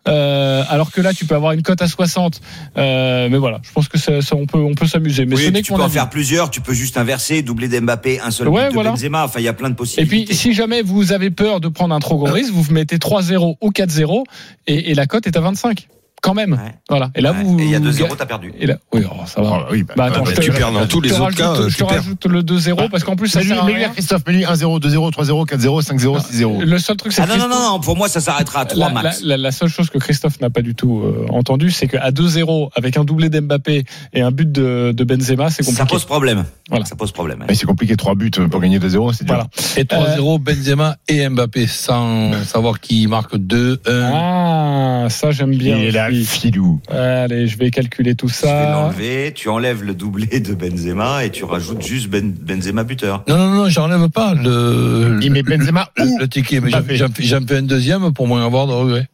[SPEAKER 5] euh, alors que là, tu peux avoir une cote à 60. Euh, mais voilà, je pense que ça, ça, on peut, on peut s'amuser. Mais
[SPEAKER 7] Oui,
[SPEAKER 5] ce
[SPEAKER 7] et
[SPEAKER 5] n'est
[SPEAKER 7] puis
[SPEAKER 5] que
[SPEAKER 7] tu
[SPEAKER 5] mon
[SPEAKER 7] peux en
[SPEAKER 5] avis.
[SPEAKER 7] faire plusieurs, tu peux juste inverser, doubler d'Mbappé, un seul
[SPEAKER 5] Ouais,
[SPEAKER 7] but de
[SPEAKER 5] voilà.
[SPEAKER 7] Benzema, enfin il y a plein de
[SPEAKER 5] Et
[SPEAKER 7] possibilités.
[SPEAKER 5] puis, si jamais vous avez peur de prendre un trop
[SPEAKER 7] Euh.
[SPEAKER 5] gros risque, vous mettez 3-0 ou 4-0 et, et la cote est à 25. Quand même. Voilà. Et là,
[SPEAKER 7] Ouais.
[SPEAKER 5] vous.
[SPEAKER 7] Et il y a 2-0, t'as perdu.
[SPEAKER 5] Et là, oui, oh, ça va.
[SPEAKER 6] oui, bah,
[SPEAKER 5] Bah, attends,
[SPEAKER 9] bah,
[SPEAKER 5] je te-
[SPEAKER 9] tu perds dans
[SPEAKER 5] je
[SPEAKER 9] tous
[SPEAKER 5] te
[SPEAKER 9] les autres
[SPEAKER 5] rajoute-
[SPEAKER 9] cas,
[SPEAKER 5] Je
[SPEAKER 9] tu
[SPEAKER 5] te
[SPEAKER 9] perds. Ah.
[SPEAKER 5] rajoute le 2-0 parce qu'en plus, ça
[SPEAKER 6] Mais lui,
[SPEAKER 5] sert à
[SPEAKER 6] mais lui,
[SPEAKER 5] rien. Euh,
[SPEAKER 6] Christophe, mais lui, 1-0, 2-0, 3-0, 4-0, 5-0, 6-0.
[SPEAKER 5] Le seul truc, c'est
[SPEAKER 7] Ah
[SPEAKER 5] que
[SPEAKER 7] non, non,
[SPEAKER 5] Christophe-
[SPEAKER 7] non, non, pour moi ça s'arrêtera à 3
[SPEAKER 5] la,
[SPEAKER 7] max.
[SPEAKER 5] la- la- la seule chose que Christophe n'a pas du tout euh, entendu, c'est qu'à 2-0, avec un doublé d'Mbappé et un but de, de Benzema, c'est
[SPEAKER 7] ça
[SPEAKER 5] compliqué.
[SPEAKER 7] pose problème.
[SPEAKER 5] Voilà.
[SPEAKER 7] Ça pose problème. hein.
[SPEAKER 6] Mais c'est compliqué, 3 buts pour gagner 2-0, c'est dur.
[SPEAKER 5] Voilà.
[SPEAKER 8] Et 3-0, Benzema et Mbappé, sans savoir qui marque 2, 1.
[SPEAKER 5] Ah, ça j'aime bien.
[SPEAKER 6] Il est là,
[SPEAKER 5] aussi.
[SPEAKER 6] filou.
[SPEAKER 5] Allez, je vais calculer tout
[SPEAKER 7] Tu vas
[SPEAKER 5] ça.
[SPEAKER 7] l'enlever, tu enlèves le doublé de Benzema et tu rajoutes juste Ben- Benzema buteur.
[SPEAKER 8] Non, non, non, j'enlève pas le,
[SPEAKER 6] Il met Benzema
[SPEAKER 8] le,
[SPEAKER 6] ou
[SPEAKER 9] Ah,
[SPEAKER 8] le ticket, mais j'en-
[SPEAKER 6] Mbappé.
[SPEAKER 8] j'en fais- j'en fais un deuxième pour moins avoir de regrets.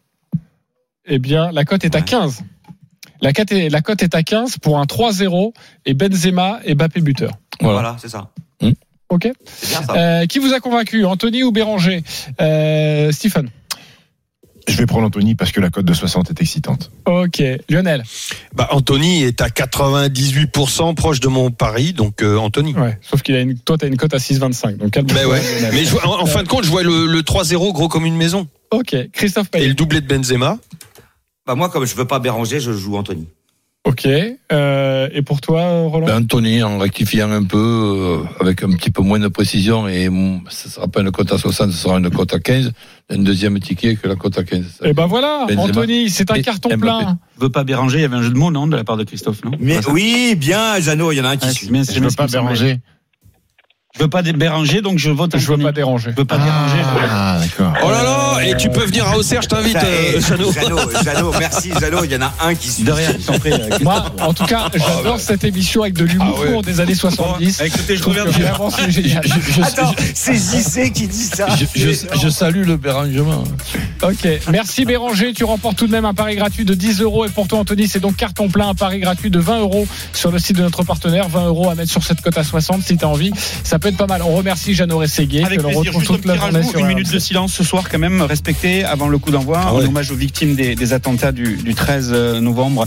[SPEAKER 5] Eh bien, la cote est à
[SPEAKER 7] Ouais.
[SPEAKER 5] 15. La cote est, la cote est à 15 pour un 3-0 et Benzema et Mbappé buteur.
[SPEAKER 8] Voilà.
[SPEAKER 7] Voilà, c'est ça.
[SPEAKER 5] Ok.
[SPEAKER 7] C'est bien ça.
[SPEAKER 5] Euh, qui vous a convaincu, Anthony ou Béranger euh, Stéphane.
[SPEAKER 6] Je vais prendre Anthony parce que la cote de 60 est excitante.
[SPEAKER 5] Ok. Lionel.
[SPEAKER 9] Bah, Anthony est à 98% proche de mon pari, donc euh, Anthony.
[SPEAKER 5] Ouais. Sauf qu'il a une, toi t'as une cote à 6,25. Donc calme-toi,
[SPEAKER 9] Mais Ben ouais.
[SPEAKER 5] Lionel.
[SPEAKER 9] Mais je vois- en, en fin de compte, je vois le, le 3-0 gros comme une maison.
[SPEAKER 5] Ok. Christophe
[SPEAKER 9] Et
[SPEAKER 5] Payet.
[SPEAKER 9] le doublé de Benzema.
[SPEAKER 7] Bah moi, comme je veux pas Béranger, je joue Anthony.
[SPEAKER 5] Ok. Euh, et pour toi, Roland.
[SPEAKER 8] Ben, Anthony, en rectifiant un peu, euh, avec un petit peu moins de précision, et mm, ce sera pas une cote à 60, ce sera une cote à 15, un deuxième ticket que la cote à 15.
[SPEAKER 5] Eh ben voilà,
[SPEAKER 8] Benzema.
[SPEAKER 5] Anthony, c'est un
[SPEAKER 8] Et
[SPEAKER 5] carton
[SPEAKER 8] Mbappé.
[SPEAKER 5] plein.
[SPEAKER 10] Veut pas Béranger, il y avait un jeu de mots, non, de la part de Christophe, non
[SPEAKER 7] Mais
[SPEAKER 10] Pas ça
[SPEAKER 7] oui, bien, Jeannot, il y en a un qui
[SPEAKER 10] Ah,
[SPEAKER 7] suit.
[SPEAKER 10] c'est bien, c'est
[SPEAKER 6] Je
[SPEAKER 10] bien
[SPEAKER 6] veux
[SPEAKER 10] ce
[SPEAKER 6] pas
[SPEAKER 10] qui me semblait.
[SPEAKER 6] Béranger.
[SPEAKER 10] Je veux pas dé- Béranger, donc je vote.
[SPEAKER 5] Je veux
[SPEAKER 10] Anthony.
[SPEAKER 5] pas déranger.
[SPEAKER 10] Je veux pas Béranger. je-
[SPEAKER 6] Ah, d'accord.
[SPEAKER 9] Oh là là Et tu peux venir à Auxerre, je t'invite,
[SPEAKER 7] Ça, eh,
[SPEAKER 9] euh, Jeannot.
[SPEAKER 7] Jeannot, Jeannot, merci Jeannot, il y en a un qui suit.
[SPEAKER 10] De rien, je t'en prie. euh,
[SPEAKER 5] Ah. Moi, en tout cas, j'adore cette émission avec de l'humour
[SPEAKER 9] Ah ouais.
[SPEAKER 5] des années 70.
[SPEAKER 10] Bon,
[SPEAKER 7] bah,
[SPEAKER 10] écoutez, je
[SPEAKER 5] trouve
[SPEAKER 10] reviens
[SPEAKER 5] que
[SPEAKER 10] dire.
[SPEAKER 5] vraiment, c'est génial.
[SPEAKER 8] Ah,
[SPEAKER 7] Attends, c'est JC qui dit ça.
[SPEAKER 8] Je, je- je salue le dérangement.
[SPEAKER 5] Ok, merci Béranger, tu remportes tout de même un pari gratuit de 10 euros et pour toi Anthony c'est donc carton plein, un pari gratuit de 20 euros sur le site de notre partenaire, 20 euros à mettre sur cette cote à 60 si t'as envie, ça peut être pas mal. On remercie Jeannot Rességuier
[SPEAKER 10] Avec
[SPEAKER 5] que l'on
[SPEAKER 10] plaisir,
[SPEAKER 5] retrouve
[SPEAKER 10] juste un
[SPEAKER 5] toute hein. la
[SPEAKER 10] petit
[SPEAKER 5] journée
[SPEAKER 10] rajout,
[SPEAKER 5] sur
[SPEAKER 10] une minute
[SPEAKER 5] RMC.
[SPEAKER 10] de silence ce soir quand même respectée avant le coup d'envoi
[SPEAKER 9] Ah
[SPEAKER 10] en
[SPEAKER 9] ouais.
[SPEAKER 10] hommage aux victimes des, des attentats du, du 13 novembre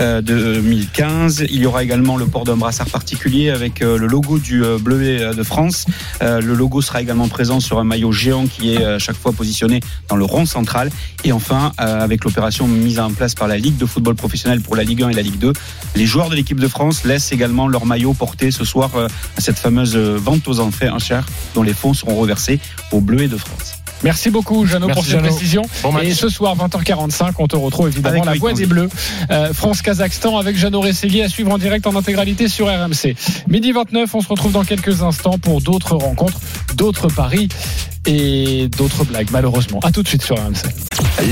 [SPEAKER 10] euh, 2015. Il y aura également le port d'un brassard particulier avec euh, le logo du euh, bleuet euh, de France. Euh, le logo sera également présent sur un maillot géant qui est euh, à chaque fois positionné dans le rond central. Et enfin, euh, avec l'opération mise en place par la Ligue de football professionnel pour la Ligue 1 et la Ligue 2, les joueurs de l'équipe de France laissent également leur maillot porté ce soir euh, à cette fameuse euh, vente aux enchères dont les fonds seront reversés au Bleu et de France.
[SPEAKER 5] Merci beaucoup Jeannot
[SPEAKER 6] Merci,
[SPEAKER 5] pour ces
[SPEAKER 6] Jeannot.
[SPEAKER 5] précisions.
[SPEAKER 6] Bon match.
[SPEAKER 5] Et ce soir, 20h45, on te retrouve évidemment
[SPEAKER 10] Avec
[SPEAKER 5] la
[SPEAKER 10] Loïc
[SPEAKER 5] voix
[SPEAKER 10] Tanguy.
[SPEAKER 5] des Bleus. Euh, France-Kazakhstan avec Jeannot Rességuier à suivre en direct en intégralité sur RMC. Midi 29, on se retrouve dans quelques instants pour d'autres rencontres, d'autres paris et d'autres blagues, malheureusement. À tout de suite sur RMC.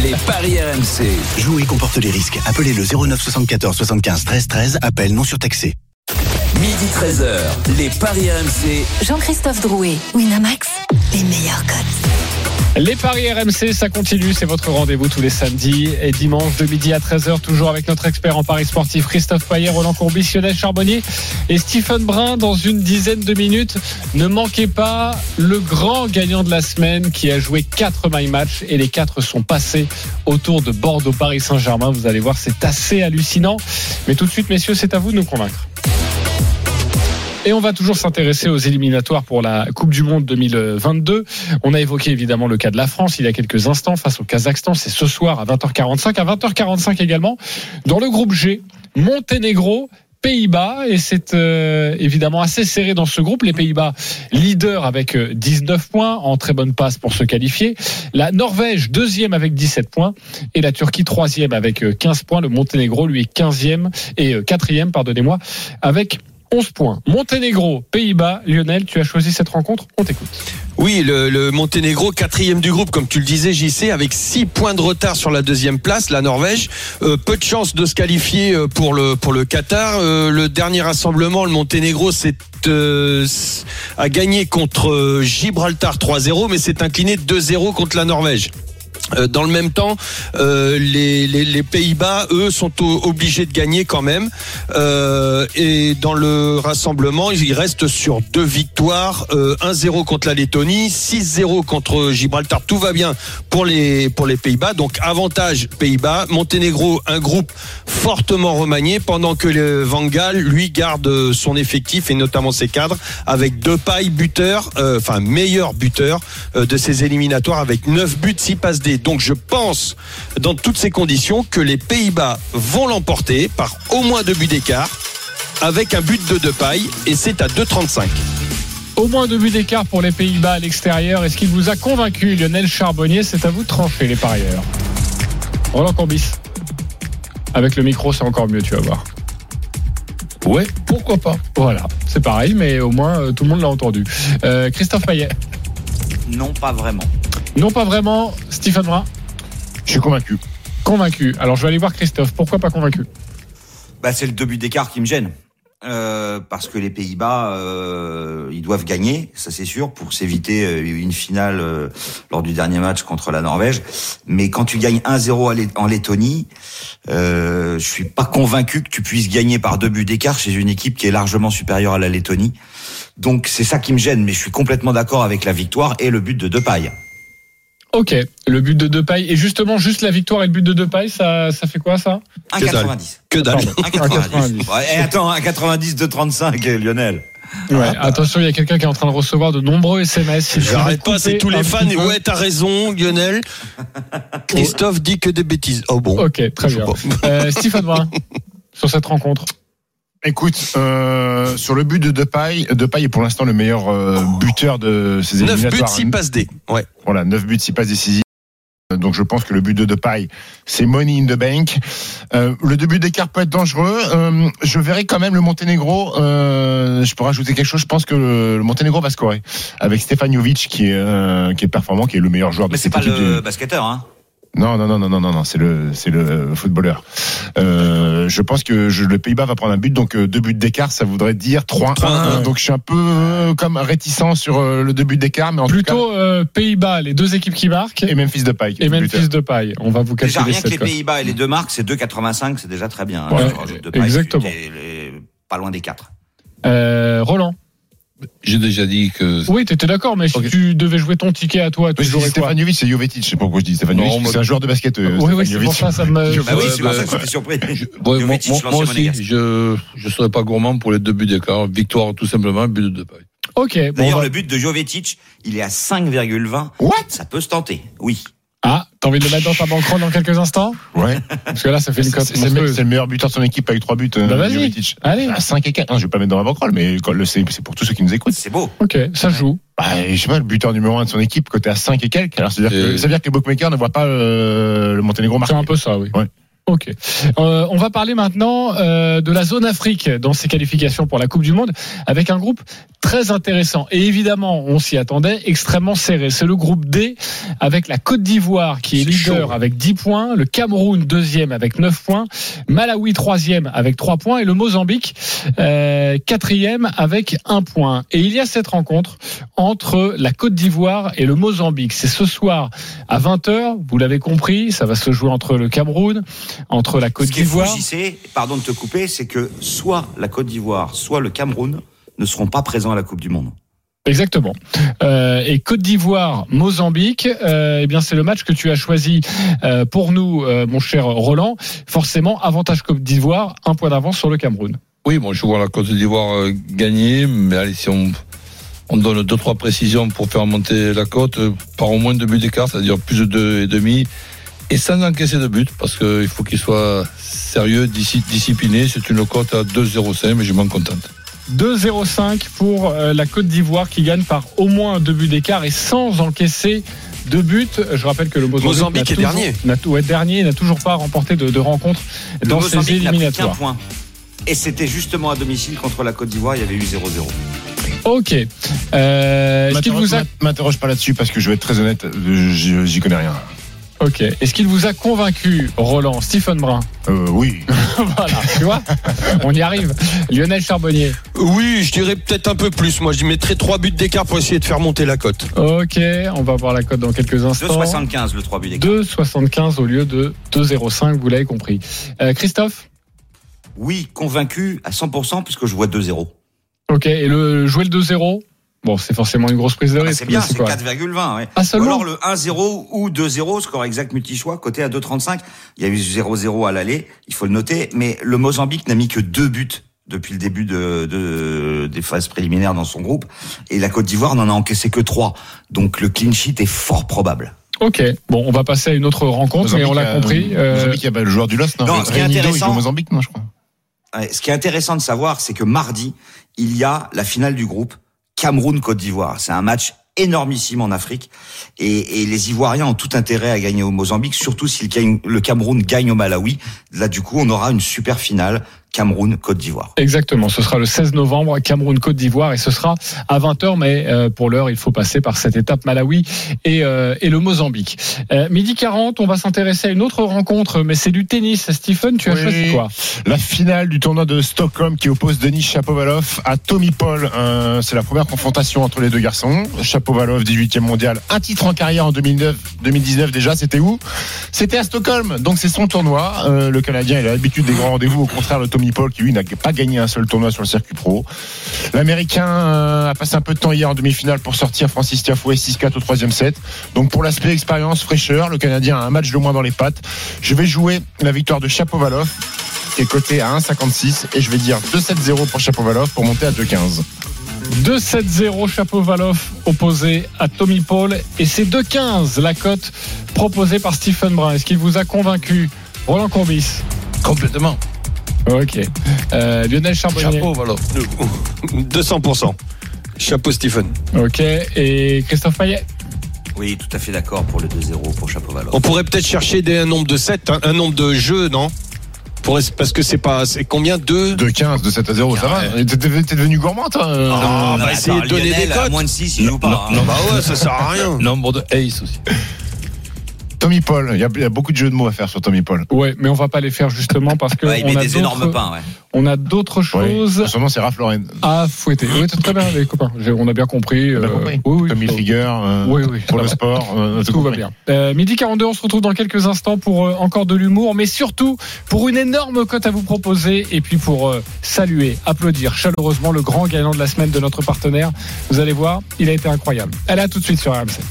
[SPEAKER 4] Les paris RMC.
[SPEAKER 2] Jouer comporte les risques. Appelez le 09 74 75 13 13. Appel non surtaxé.
[SPEAKER 4] Midi 13h, les paris RMC.
[SPEAKER 3] Jean-Christophe Drouet, Winamax, les meilleurs cotes.
[SPEAKER 5] Les paris RMC, ça continue. C'est votre rendez-vous tous les samedis et dimanches de midi à 13h, toujours avec notre expert en paris sportif Christophe Payet, Roland Courbis, Lionel Charbonnier et Stephen Brun dans une dizaine de minutes. Ne manquez pas le grand gagnant de la semaine qui a joué 4 my match et les 4 sont passés autour de Bordeaux Paris Saint-Germain. Vous allez voir, c'est assez hallucinant. Mais tout de suite, messieurs, c'est à vous de nous convaincre. Et on va toujours s'intéresser aux éliminatoires pour la Coupe du Monde 2022. On a évoqué évidemment le cas de la France il y a quelques instants face au Kazakhstan. C'est ce soir à 20h45. À 20h45 également, dans le groupe G, Monténégro. Pays-Bas, et c'est euh, évidemment assez serré dans ce groupe. Les Pays-Bas, leader avec euh, 19 points, en très bonne passe pour se qualifier. La Norvège, deuxième avec 17 points. Et la Turquie, troisième avec euh, 15 points. Le Monténégro, lui, est 15e et euh, quatrième, pardonnez-moi, avec 11 points. Monténégro, Pays-Bas, Lionel, tu as choisi cette rencontre, on t'écoute.
[SPEAKER 9] Oui, le, le Monténégro, quatrième du groupe, comme tu le disais, JC, avec six points de retard sur la deuxième place, la Norvège. Euh, peu de chances de se qualifier euh, pour le, pour le Qatar. Euh, le dernier rassemblement, le Monténégro s'est, euh, s- a gagné contre euh, Gibraltar 3-0, mais s'est incliné 2-0 contre la Norvège. Euh, Dans le même temps, euh, les, les- les Pays-Bas, eux, sont o- obligés de gagner quand même. Euh, et dans le rassemblement, ils restent sur deux victoires, euh, 1-0 contre la Lettonie, 6-0 contre Gibraltar. Tout va bien pour les, pour les Pays-Bas. Donc avantage Pays-Bas. Monténégro, un groupe fortement remanié, pendant que le Van Gaal, lui, garde euh, son effectif et notamment ses cadres, avec deux pailles buteur, euh, enfin meilleur buteur euh, de ces éliminatoires avec 9 buts, 6 passes D. Donc je pense, dans toutes ces conditions, que les Pays-Bas vont l'emporter par au moins deux buts d'écart, avec un but de deux pailles, et c'est à 2,35.
[SPEAKER 5] Au moins deux buts d'écart pour les Pays-Bas à l'extérieur. Est-ce qu'il vous a convaincu, Lionel Charbonnier C'est à vous de trancher, les parieurs. Roland Corbis. Avec le micro, c'est encore mieux, tu vas voir. Ouais, pourquoi pas. Voilà, c'est pareil, mais au moins euh, tout le monde l'a entendu. Euh, Christophe Payet.
[SPEAKER 7] Non, pas vraiment.
[SPEAKER 5] Non, pas vraiment. Stéphane Brun.
[SPEAKER 6] Je suis convaincu.
[SPEAKER 5] Convaincu. Alors je vais aller voir Christophe. Pourquoi pas convaincu
[SPEAKER 7] Bah, c'est le deux buts d'écart qui me gêne. Euh, parce que les Pays-Bas, euh, ils doivent gagner, ça c'est sûr, pour s'éviter euh, une finale euh, lors du dernier match contre la Norvège. Mais quand tu gagnes 1-0 à Lett- en Lettonie, euh, je suis pas convaincu que tu puisses gagner par deux buts d'écart chez une équipe qui est largement supérieure à la Lettonie. Donc c'est ça qui me gêne, mais je suis complètement d'accord avec la victoire et le but de Depay.
[SPEAKER 5] Ok, le but de Depay. Et justement, juste la victoire et le but de Depay, ça, ça fait quoi ça
[SPEAKER 7] 1,90.
[SPEAKER 9] Que dalle.
[SPEAKER 5] Pardon.
[SPEAKER 7] [laughs] 1,90. Ouais, et Eh, attends, 1,90 de 35, Lionel.
[SPEAKER 5] Ouais, attention, il y a quelqu'un qui est en train de recevoir de nombreux SMS. Il faudrait
[SPEAKER 9] J'arrête pas,
[SPEAKER 5] couper
[SPEAKER 9] c'est tous
[SPEAKER 5] un
[SPEAKER 9] les
[SPEAKER 5] petit
[SPEAKER 9] fans.
[SPEAKER 5] peu.
[SPEAKER 9] Ouais, t'as
[SPEAKER 5] [laughs]
[SPEAKER 9] raison, Lionel. Christophe dit que des bêtises. Oh bon.
[SPEAKER 5] Ok, très
[SPEAKER 9] Je sais
[SPEAKER 5] bien.
[SPEAKER 9] pas.
[SPEAKER 5] Euh, Stéphane Brun, sur cette rencontre.
[SPEAKER 6] Écoute, euh, sur le but de Depay, Depay est pour l'instant le meilleur euh, buteur de ces
[SPEAKER 9] 9 buts,
[SPEAKER 6] éliminatoires.
[SPEAKER 5] hein.
[SPEAKER 9] 6 passes D. Ouais.
[SPEAKER 6] Voilà, 9 buts, 6 passes décisives. Euh, Donc je pense que le but de Depay, c'est money in the bank. Euh, le début d'écart peut être dangereux. Euh, je verrai quand même le Monténégro. euh, je pourrais ajouter quelque chose. Je pense que le, le Monténégro va scorer avec Stefan Jovic qui est euh, qui est performant, qui est le meilleur joueur. de
[SPEAKER 7] Mais c'est
[SPEAKER 6] cette
[SPEAKER 7] pas
[SPEAKER 6] équipe du-
[SPEAKER 7] le basketteur, hein.
[SPEAKER 6] non, non, non, non, non, non, non, c'est le, c'est le footballeur. Euh, je pense que je- le Pays-Bas va prendre un but, donc euh, deux buts d'écart, ça voudrait dire 3-1. Donc je suis un peu euh, comme réticent sur euh, le deux buts d'écart, mais en tout
[SPEAKER 5] Plutôt euh, Pays-Bas, les deux équipes qui marquent.
[SPEAKER 6] cas, et Memphis de Paille.
[SPEAKER 5] Et Memphis Depay. On va vous
[SPEAKER 7] Déjà
[SPEAKER 5] calculer
[SPEAKER 7] rien que les
[SPEAKER 5] cette cote.
[SPEAKER 7] Pays-Bas et les deux marques, c'est 2,85, c'est déjà très bien. hein,
[SPEAKER 5] Ouais,
[SPEAKER 7] je rajoute deux pailles,
[SPEAKER 5] exactement.
[SPEAKER 7] c'est les- Pas loin des 4.
[SPEAKER 5] Euh, Roland.
[SPEAKER 8] J'ai déjà dit que.
[SPEAKER 5] Oui, t'étais d'accord, mais si
[SPEAKER 8] Ok.
[SPEAKER 5] tu devais jouer ton ticket à toi, tu
[SPEAKER 6] Oui, je dis
[SPEAKER 5] jouerais quoi
[SPEAKER 6] Stefan Jovic, c'est Jovetic, je sais pas pourquoi je dis Stefan
[SPEAKER 8] Non,
[SPEAKER 6] Jovic,
[SPEAKER 8] moi-
[SPEAKER 6] c'est un joueur de basket. euh,
[SPEAKER 5] Oui, oui,
[SPEAKER 6] Stefan
[SPEAKER 5] c'est
[SPEAKER 6] Jovic.
[SPEAKER 5] pour ça, ça me.
[SPEAKER 7] Bah oui,
[SPEAKER 8] Ouais,
[SPEAKER 7] c'est pour
[SPEAKER 9] Euh,
[SPEAKER 8] bah,
[SPEAKER 7] ça que ça fait
[SPEAKER 9] [laughs]
[SPEAKER 7] surpris.
[SPEAKER 8] Je- ouais, moi,
[SPEAKER 7] Jovetic,
[SPEAKER 8] moi- moi
[SPEAKER 7] l'ancien
[SPEAKER 8] aussi,
[SPEAKER 7] monégasque.
[SPEAKER 8] je ne serais pas gourmand pour les deux buts d'écart. Victoire tout simplement, but de deux pailles.
[SPEAKER 5] Ok, bon. bah- on
[SPEAKER 9] bah.
[SPEAKER 7] D'ailleurs,
[SPEAKER 5] va-
[SPEAKER 7] le but de Jovetic, il est à 5,20. Ça peut se tenter, oui.
[SPEAKER 5] Ah, t'as envie de le mettre dans ta banquerolle dans quelques instants
[SPEAKER 6] Ouais.
[SPEAKER 5] Parce que là, ça fait une
[SPEAKER 6] C'est
[SPEAKER 5] cote.
[SPEAKER 6] c'est- c'est le
[SPEAKER 5] monstrueuse.
[SPEAKER 6] c'est le meilleur buteur de son équipe avec trois buts.
[SPEAKER 5] Bah,
[SPEAKER 6] euh,
[SPEAKER 5] vas-y.
[SPEAKER 6] Jovetic.
[SPEAKER 5] Allez,
[SPEAKER 6] À 5 et 4. je vais pas mettre dans la banquerolle, mais quand le- c'est c'est pour tous ceux qui nous écoutent.
[SPEAKER 7] C'est beau.
[SPEAKER 5] ok, ça joue.
[SPEAKER 6] Bah, je sais pas, le buteur numéro 1 de son équipe, côté à 5 et quelques. Alors, c'est-à-dire que,
[SPEAKER 8] Et-
[SPEAKER 6] ça veut dire que les bookmakers ne voient pas euh, le Monténégro
[SPEAKER 5] C'est
[SPEAKER 6] marquer.
[SPEAKER 5] un peu ça, oui.
[SPEAKER 6] Ouais.
[SPEAKER 5] Ok. Euh, on va parler maintenant euh, de la zone Afrique dans ses qualifications pour la Coupe du Monde avec un groupe très intéressant et évidemment on s'y attendait extrêmement serré. C'est le groupe D avec la Côte d'Ivoire qui est,
[SPEAKER 9] C'est
[SPEAKER 5] leader
[SPEAKER 9] chaud, ouais.
[SPEAKER 5] avec 10 points, le Cameroun deuxième avec 9 points, Malawi troisième avec 3 points et le Mozambique euh, quatrième avec 1 point. Et il y a cette rencontre entre la Côte d'Ivoire et le Mozambique. C'est ce soir à 20h, vous l'avez compris, ça va se jouer entre le Cameroun, entre la Côte
[SPEAKER 7] Ce qui est fou,
[SPEAKER 5] d'Ivoire.
[SPEAKER 7] JC, pardon de te couper, c'est que soit la Côte d'Ivoire, soit le Cameroun ne seront pas présents à la Coupe du Monde.
[SPEAKER 5] Exactement. Euh, et Côte d'Ivoire, Mozambique, euh, eh bien c'est le match que tu as choisi euh, pour nous, euh, mon cher Roland. Forcément, avantage Côte d'Ivoire, un point d'avance sur le Cameroun.
[SPEAKER 8] Oui, bon, je vois la Côte d'Ivoire euh, gagner, mais allez, si on, on donne deux trois précisions pour faire monter la Côte euh, par au moins deux buts d'écart, c'est-à-dire plus de deux et demi, et sans encaisser de but, parce qu'il faut qu'il soit sérieux, disci- discipliné. C'est une Côte à 2,05, mais je m'en contente.
[SPEAKER 5] 2-0-5 pour euh, la Côte d'Ivoire qui gagne par au moins deux buts d'écart et sans encaisser de buts. Je rappelle que le Mozambique,
[SPEAKER 9] Mozambique
[SPEAKER 5] n'a
[SPEAKER 9] est
[SPEAKER 5] toujours-
[SPEAKER 9] dernier.
[SPEAKER 5] n'a tou- ouais, dernier, et n'a toujours pas remporté de, de rencontre
[SPEAKER 7] Le
[SPEAKER 5] dans ses
[SPEAKER 7] Mozambique n'a pris qu'un
[SPEAKER 5] éliminatoires.
[SPEAKER 7] point. Et c'était justement à domicile contre la Côte d'Ivoire, il y avait eu 0-0.
[SPEAKER 5] Ok. Euh, Est-ce qu'il
[SPEAKER 6] M'interroge
[SPEAKER 5] vous a
[SPEAKER 6] m'interroge pas là-dessus parce que je vais être très honnête, euh, j'y j'y connais rien.
[SPEAKER 5] Ok. Est-ce qu'il vous a convaincu, Roland, Stephen Brun [laughs]
[SPEAKER 6] Euh, oui.
[SPEAKER 5] voilà, tu vois, on y arrive. Lionel Charbonnier.
[SPEAKER 9] Oui, je dirais peut-être un peu plus. Moi, je mettrais trois buts d'écart pour essayer de faire monter la cote.
[SPEAKER 5] Ok, on va voir la cote dans quelques instants.
[SPEAKER 7] 2,75 le 3 buts d'écart.
[SPEAKER 5] 2,75 au lieu de 2,05, vous l'avez compris. Euh, Christophe
[SPEAKER 7] Oui, convaincu à 100% puisque je vois 2-0.
[SPEAKER 5] Ok, et le jouer le 2-0 Bon, c'est forcément une grosse prise de
[SPEAKER 7] Ah,
[SPEAKER 5] risque.
[SPEAKER 7] c'est bien,
[SPEAKER 5] mais
[SPEAKER 7] c'est
[SPEAKER 5] quoi
[SPEAKER 7] 4,20. ouais.
[SPEAKER 5] Ah,
[SPEAKER 7] Ou
[SPEAKER 5] seulement
[SPEAKER 7] alors le 1-0 ou 2-0, score exact multi-choix, côté à 2,35. Il y a eu 0-0 à l'aller, il faut le noter. Mais le Mozambique n'a mis que deux buts depuis le début de, de- des phases préliminaires dans son groupe. Et la Côte d'Ivoire n'en a encaissé que trois. Donc le clean sheet est fort probable.
[SPEAKER 5] Ok, bon, on va passer à une autre rencontre, mais on l'a compris.
[SPEAKER 6] Euh...
[SPEAKER 5] euh,
[SPEAKER 6] Mozambique, il y a pas le joueur du LOS, non,
[SPEAKER 7] Non, ce qui est
[SPEAKER 6] Reinido, il joue
[SPEAKER 7] intéressant-
[SPEAKER 6] au Mozambique, non, je crois.
[SPEAKER 7] Ouais, ce qui est intéressant de savoir, c'est que mardi, il y a la finale du groupe Cameroun-Côte d'Ivoire. C'est un match énormissime en Afrique et, et les Ivoiriens ont tout intérêt à gagner au Mozambique, surtout si le, Cam- le Cameroun gagne au Malawi. Là, du coup, on aura une super finale Cameroun-Côte d'Ivoire.
[SPEAKER 5] Exactement, ce sera le 16 novembre, Cameroun-Côte d'Ivoire, et ce sera à 20h, mais euh, pour l'heure, il faut passer par cette étape Malawi et, euh, et le Mozambique. Euh, midi 40, on va s'intéresser à une autre rencontre, mais c'est du tennis. Stephen, tu as
[SPEAKER 6] Oui.
[SPEAKER 5] choisi quoi
[SPEAKER 6] La finale du tournoi de Stockholm qui oppose Denis Chapovalov à Tommy Paul. Euh, c'est la première confrontation entre les deux garçons. Chapovalov, 18e mondial, un titre en carrière en 2009, 2019 déjà, c'était où C'était à Stockholm, donc c'est son tournoi. Euh, le Canadien, il a l'habitude des grands rendez-vous, au contraire de Tommy Paul qui, lui, n'a pas gagné un seul tournoi sur le circuit pro. L'Américain euh, a passé un peu de temps hier en demi-finale pour sortir Francis Tiafoe 6-4 au troisième set. Donc pour l'aspect expérience, fraîcheur, le Canadien a un match de moins dans les pattes. Je vais jouer la victoire de Chapovalov qui est coté à 1,56 et je vais dire 2,70 pour Chapovalov pour monter à 2,15.
[SPEAKER 5] 2-7-0, Chapeau Valoff opposé à Tommy Paul, et c'est 2-15 la cote proposée par Stephen Brun. Est-ce qu'il vous a convaincu Roland Courbis
[SPEAKER 8] Complètement.
[SPEAKER 5] Ok. Euh, Lionel Charbonnier.
[SPEAKER 8] Chapeau, voilà.
[SPEAKER 9] 200%. Chapeau Stephen.
[SPEAKER 5] Ok. Et Christophe Payet.
[SPEAKER 7] Oui, tout à fait d'accord pour le 2-0 pour Chapovalov.
[SPEAKER 9] On pourrait peut-être chercher des, un nombre de 7, un nombre de jeux, non Pour- Parce que c'est pas. C'est combien 2
[SPEAKER 6] 2,15, de 7 à 0, ça va T'es t'es- t'es devenu gourmand, toi euh,
[SPEAKER 9] Ah,
[SPEAKER 7] Non,
[SPEAKER 9] bah,
[SPEAKER 7] mais
[SPEAKER 9] essayer
[SPEAKER 7] attends,
[SPEAKER 9] de donner
[SPEAKER 7] Lionel,
[SPEAKER 9] des
[SPEAKER 7] à
[SPEAKER 9] cotes.
[SPEAKER 7] moins de 6, il joue pas. hein.
[SPEAKER 9] Non, bah ouais, ça sert à rien.
[SPEAKER 8] Nombre de ace aussi.
[SPEAKER 6] Tommy Paul, il y, a- il y a beaucoup de jeux de mots à faire sur Tommy Paul.
[SPEAKER 5] Ouais, mais on va pas les faire justement parce que
[SPEAKER 7] Ouais, il
[SPEAKER 5] on,
[SPEAKER 7] met
[SPEAKER 5] a
[SPEAKER 7] des énormes
[SPEAKER 5] d'autres,
[SPEAKER 7] pains, ouais.
[SPEAKER 5] on a d'autres choses
[SPEAKER 6] Son nom, c'est Raph Lauren.
[SPEAKER 5] à fouetter. Oui, c'est très bien les copains. J'ai- On a bien compris.
[SPEAKER 6] T'as
[SPEAKER 5] euh,
[SPEAKER 6] bien compris
[SPEAKER 5] oui, oui.
[SPEAKER 6] Tommy
[SPEAKER 5] Tout-
[SPEAKER 6] Hilfiger, euh,
[SPEAKER 5] Oui, oui,
[SPEAKER 6] pour
[SPEAKER 5] ça va.
[SPEAKER 6] le sport. euh,
[SPEAKER 5] Tout va
[SPEAKER 6] compris.
[SPEAKER 5] bien. Euh, midi 42, on se retrouve dans quelques instants pour euh, encore de l'humour, mais surtout pour une énorme cote à vous proposer et puis pour euh, saluer, applaudir chaleureusement le grand gagnant de la semaine de notre partenaire. Vous allez voir, il a été incroyable. Allez, à tout de suite sur RMC.
[SPEAKER 7] hein.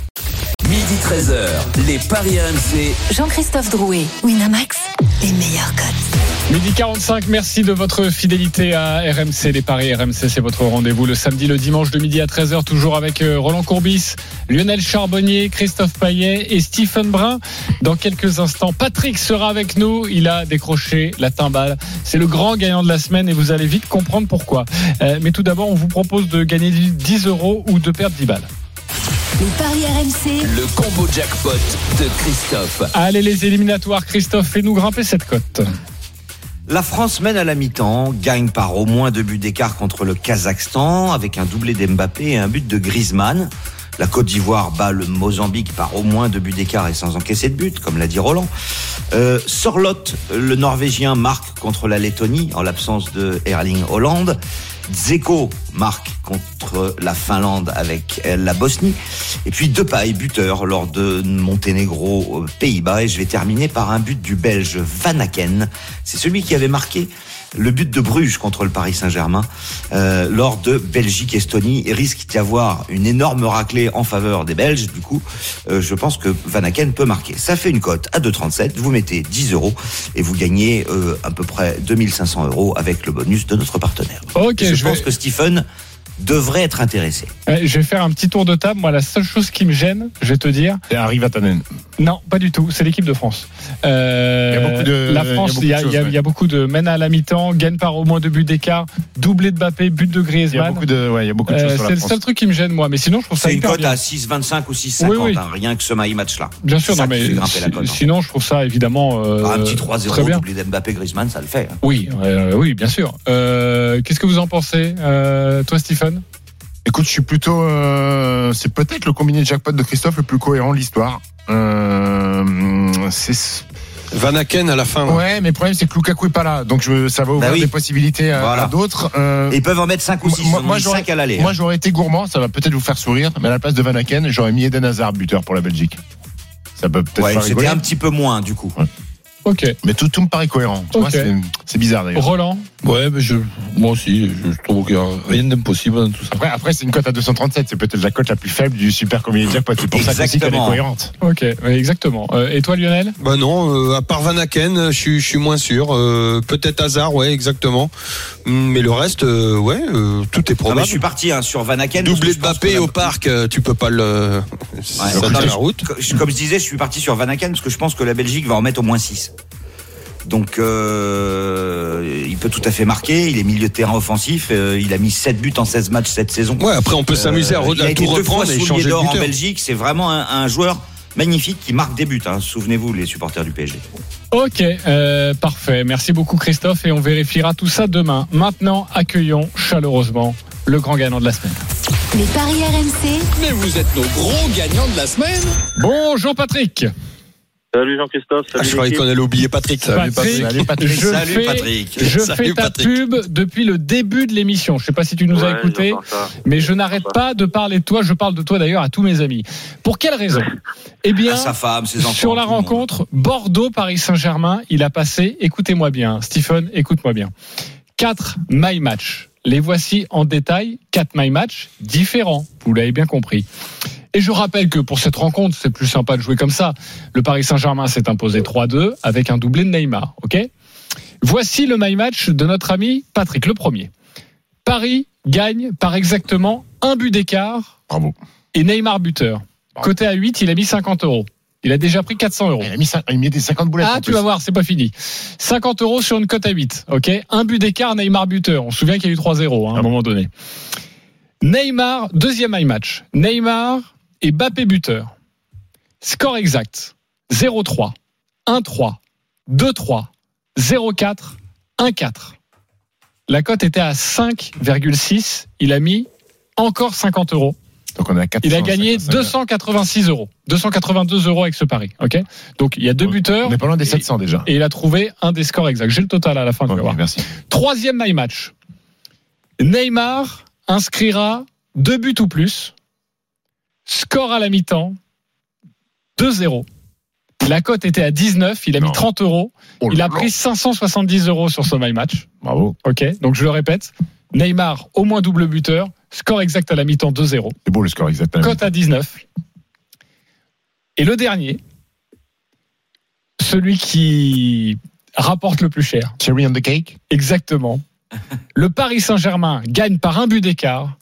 [SPEAKER 4] Midi 13h, les Paris RMC
[SPEAKER 3] Jean-Christophe Drouet, Winamax, les meilleurs cotes.
[SPEAKER 5] Midi 45, merci de votre fidélité à RMC. Les Paris RMC, c'est votre rendez-vous le samedi, le dimanche de midi à 13h, toujours avec euh, Roland Courbis, Lionel Charbonnier, Christophe Paillet et Stephen Brun. Dans quelques instants, Patrick sera avec nous. Il a décroché la timbale. C'est le grand gagnant de la semaine et vous allez vite comprendre pourquoi. Euh, mais tout d'abord, on vous propose de gagner 10 euros ou de perdre 10 balles.
[SPEAKER 3] Les paris RMC,
[SPEAKER 4] le combo jackpot de Christophe.
[SPEAKER 5] Allez, les éliminatoires, Christophe, fais-nous grimper cette cote.
[SPEAKER 7] La France mène à la mi-temps, gagne par au moins deux buts d'écart contre le Kazakhstan avec un doublé d'Mbappé et un but de Griezmann. La Côte d'Ivoire bat le Mozambique par au moins deux buts d'écart et sans encaisser de but, comme l'a dit Roland. Euh, Sorloth, le Norvégien, marque contre la Lettonie en l'absence de Erling Hollande. Dzeko marque contre la Finlande avec euh, la Bosnie. Et puis Depay, buteur lors de Monténégro, euh, Pays-Bas. Et je vais terminer par un but du Belge Van Aken. C'est celui qui avait marqué le but de Bruges contre le Paris Saint-Germain euh, lors de Belgique-Estonie. Il risque d'y avoir une énorme raclée en faveur des Belges. Du coup, euh, je pense que Van Aken peut marquer. Ça fait une cote à 2,37. Vous mettez 10 euros et vous gagnez euh, à peu près 2500 euros avec le bonus de notre partenaire.
[SPEAKER 5] Ok,
[SPEAKER 7] je,
[SPEAKER 5] vais-
[SPEAKER 7] pense que Stephen devrait être intéressé.
[SPEAKER 5] Ouais, Je vais faire un petit tour de table. Moi, la seule chose qui me gêne, je vais te dire,
[SPEAKER 6] Et Harry Vatanen.
[SPEAKER 5] non, pas du tout. C'est l'équipe de France. Euh,
[SPEAKER 6] Il y a beaucoup de-
[SPEAKER 5] la
[SPEAKER 6] il y a
[SPEAKER 5] France,
[SPEAKER 6] beaucoup
[SPEAKER 5] il y
[SPEAKER 6] de
[SPEAKER 5] a,
[SPEAKER 6] choses,
[SPEAKER 5] il y a-
[SPEAKER 6] ouais.
[SPEAKER 5] il y a beaucoup de mène à la mi-temps, gagne par au moins deux buts d'écart, doublé de Mbappé, but de
[SPEAKER 6] Il y a
[SPEAKER 5] Griezmann.
[SPEAKER 6] beaucoup de, ouais, il y a beaucoup de
[SPEAKER 5] Euh,
[SPEAKER 6] choses sur
[SPEAKER 5] c'est
[SPEAKER 6] la
[SPEAKER 5] le
[SPEAKER 6] France.
[SPEAKER 5] seul truc qui me gêne, moi. Mais sinon, je trouve ça
[SPEAKER 7] C'est une
[SPEAKER 5] hyper
[SPEAKER 7] cote
[SPEAKER 5] bien.
[SPEAKER 7] à 6,25 ou 6,50,
[SPEAKER 5] Oui, oui.
[SPEAKER 7] hein, rien que ce my match-là.
[SPEAKER 5] Bien
[SPEAKER 7] C'est
[SPEAKER 5] sûr, non,
[SPEAKER 7] ça qui
[SPEAKER 5] mais
[SPEAKER 7] fait grimper la
[SPEAKER 5] si-
[SPEAKER 7] cote, en fait.
[SPEAKER 5] sinon, je trouve ça évidemment euh,
[SPEAKER 7] Ah, un petit
[SPEAKER 5] très
[SPEAKER 7] 3-0
[SPEAKER 5] bien.
[SPEAKER 7] doublé d'Mbappé Griezmann, ça le fait. hein.
[SPEAKER 5] Oui, euh, oui, bien sûr. Euh, Qu'est-ce que vous en pensez, euh, toi, Stephen
[SPEAKER 6] Écoute, je suis plutôt. euh, c'est peut-être le combiné jackpot de Christophe le plus cohérent de l'histoire. Euh, euh, c'est
[SPEAKER 9] Vanaken à la fin.
[SPEAKER 6] Ouais, mais le problème c'est que Lukaku est pas là, donc je, ça va ouvrir
[SPEAKER 7] Ah Bah oui.
[SPEAKER 6] des possibilités à,
[SPEAKER 7] Voilà.
[SPEAKER 6] à d'autres. euh,
[SPEAKER 7] Ils peuvent en mettre 5 ou 6.
[SPEAKER 6] moi,
[SPEAKER 7] Moi,
[SPEAKER 6] moi, j'aurais-
[SPEAKER 7] 5 à l'aller. hein.
[SPEAKER 6] moi, j'aurais été gourmand, ça va peut-être vous faire sourire, mais à la place de Vanaken, j'aurais mis Eden Hazard buteur pour la Belgique. Ça peut peut-être
[SPEAKER 7] Ouais,
[SPEAKER 6] faire
[SPEAKER 7] c'était
[SPEAKER 6] rigoler.
[SPEAKER 7] un petit peu moins, du coup.
[SPEAKER 5] Ok.
[SPEAKER 6] Mais tout, tout me paraît cohérent. Tu vois,
[SPEAKER 5] Ok.
[SPEAKER 6] c'est- c'est bizarre d'ailleurs.
[SPEAKER 5] Roland
[SPEAKER 8] Ouais, mais je, moi aussi, je trouve qu'il n'y a rien d'impossible
[SPEAKER 7] bah,
[SPEAKER 8] dans tout ça.
[SPEAKER 6] Après, après c'est une cote à 237, c'est peut-être la cote la plus faible du Super Comedy Jackpot. C'est pour ça que aussi qu'elle est
[SPEAKER 7] Exactement.
[SPEAKER 6] cohérente.
[SPEAKER 5] Ok, ouais, exactement. Euh, et toi, Lionel
[SPEAKER 9] Bah non, euh, à part Vanaken, euh, je suis je suis moins sûr. Euh, Peut-être hasard, ouais, exactement. Hum, Mais le reste, euh, ouais, euh, tout
[SPEAKER 7] Ah
[SPEAKER 9] est
[SPEAKER 7] bah,
[SPEAKER 9] probable.
[SPEAKER 7] je suis parti hein, sur Van Aken. parce que
[SPEAKER 9] Doublé
[SPEAKER 7] je
[SPEAKER 9] de
[SPEAKER 7] pense
[SPEAKER 9] Mbappé
[SPEAKER 7] qu'on a-
[SPEAKER 9] au parc, euh, tu peux pas le.
[SPEAKER 7] Ouais,
[SPEAKER 9] ça
[SPEAKER 7] non,
[SPEAKER 9] tient
[SPEAKER 7] mais
[SPEAKER 9] la
[SPEAKER 7] je-
[SPEAKER 9] route.
[SPEAKER 7] co- je- comme je disais, je suis parti sur Van Aken parce que je pense que la Belgique va en mettre au moins 6. Donc, euh, il peut tout à fait marquer. Il est milieu de terrain offensif. euh, il a mis 7 buts en 16 matchs cette saison.
[SPEAKER 9] Ouais, après on peut s'amuser à,
[SPEAKER 7] Euh,
[SPEAKER 9] re-
[SPEAKER 7] il
[SPEAKER 9] à
[SPEAKER 7] a été
[SPEAKER 9] tout
[SPEAKER 7] deux fois
[SPEAKER 9] reprendre et
[SPEAKER 7] soulier
[SPEAKER 9] changer de
[SPEAKER 7] d'or en
[SPEAKER 9] buteur.
[SPEAKER 7] Belgique. C'est vraiment un, un joueur magnifique qui marque des buts. hein. Souvenez-vous, les supporters du PSG.
[SPEAKER 5] Ok, euh, parfait. Merci beaucoup, Christophe, et on vérifiera tout ça demain. Maintenant, accueillons chaleureusement le grand gagnant de la semaine.
[SPEAKER 3] Les paris RMC,
[SPEAKER 4] Mais vous êtes nos gros gagnants de la semaine.
[SPEAKER 5] Bonjour, Patrick.
[SPEAKER 12] Salut Jean-Christophe,
[SPEAKER 9] Ah,
[SPEAKER 12] salut
[SPEAKER 9] je croyais
[SPEAKER 12] l'équipe.
[SPEAKER 9] qu'on allait oublier Patrick.
[SPEAKER 5] Salut, Patrick.
[SPEAKER 6] Allez, Patrick.
[SPEAKER 5] Je
[SPEAKER 7] Salut,
[SPEAKER 5] fais-
[SPEAKER 7] Patrick.
[SPEAKER 5] Je
[SPEAKER 9] Salut,
[SPEAKER 5] fais ta
[SPEAKER 9] Patrick.
[SPEAKER 5] pub depuis le début de l'émission. Je sais pas si tu nous as
[SPEAKER 12] Ouais,
[SPEAKER 5] écoutés.
[SPEAKER 12] j'entends ça.
[SPEAKER 5] Mais je n'arrête pas de parler de toi, je parle de toi d'ailleurs à tous mes amis. Pour quelle raison Eh bien,
[SPEAKER 7] À sa femme, ses enfants.
[SPEAKER 5] sur la
[SPEAKER 7] tout le monde.
[SPEAKER 5] rencontre Bordeaux-Paris-Saint-Germain, il a passé, écoutez-moi bien, Stephen, écoute-moi bien, Quatre my match. Les voici en détail, Quatre my match différents, vous l'avez bien compris. Et je rappelle que pour cette rencontre, c'est plus sympa de jouer comme ça. Le Paris Saint-Germain s'est imposé 3-2 avec un doublé de Neymar, ok Voici le my match de notre ami Patrick, le premier. Paris gagne par exactement un but d'écart
[SPEAKER 6] Bravo.
[SPEAKER 5] et Neymar buteur. Côté à 8, il a mis 50 euros. Il a déjà pris 400 euros.
[SPEAKER 6] Ah. Il a mis, cin- il met des 50 boulettes.
[SPEAKER 5] Ah,
[SPEAKER 6] en
[SPEAKER 5] tu
[SPEAKER 6] plus.
[SPEAKER 5] vas voir, c'est pas fini. 50 euros sur une cote à 8. Ok, un but d'écart, Neymar buteur. On se souvient qu'il y a eu 3-0 hein,
[SPEAKER 6] Ah
[SPEAKER 5] à un moment donné. Neymar, deuxième high match. Neymar et Bappé buteur. Score exact 0-3, 1-3, 2-3, 0-4, 1-4. La cote était à 5,6. Il a mis encore 50 euros.
[SPEAKER 6] Donc on est à 400,
[SPEAKER 5] Il a gagné
[SPEAKER 6] 500.
[SPEAKER 5] 286 euros, 282 euros avec ce pari. Ok, donc il y a deux buteurs
[SPEAKER 6] On est pas loin des
[SPEAKER 5] Et-
[SPEAKER 6] 700 déjà.
[SPEAKER 5] et il a trouvé un des scores exacts. J'ai le total à la fin. tu vas
[SPEAKER 6] Ok,
[SPEAKER 5] voir.
[SPEAKER 6] merci.
[SPEAKER 5] Troisième my match. Neymar inscrira deux buts ou plus. Score à la mi-temps 2-0. La cote était à 19, il a
[SPEAKER 6] Non.
[SPEAKER 5] mis 30 euros.
[SPEAKER 6] Oh
[SPEAKER 5] Il
[SPEAKER 6] là
[SPEAKER 5] a
[SPEAKER 6] là.
[SPEAKER 5] pris 570 euros sur ce my match.
[SPEAKER 6] Bravo.
[SPEAKER 5] Ok, donc je le répète. Neymar, au moins double buteur. Score exact à la mi-temps 2-0.
[SPEAKER 6] C'est beau le score exactement.
[SPEAKER 5] Cote à 19. Et le dernier, celui qui rapporte le plus cher.
[SPEAKER 6] Cherry on the cake.
[SPEAKER 5] Exactement. Le Paris Saint-Germain gagne par un but d'écart.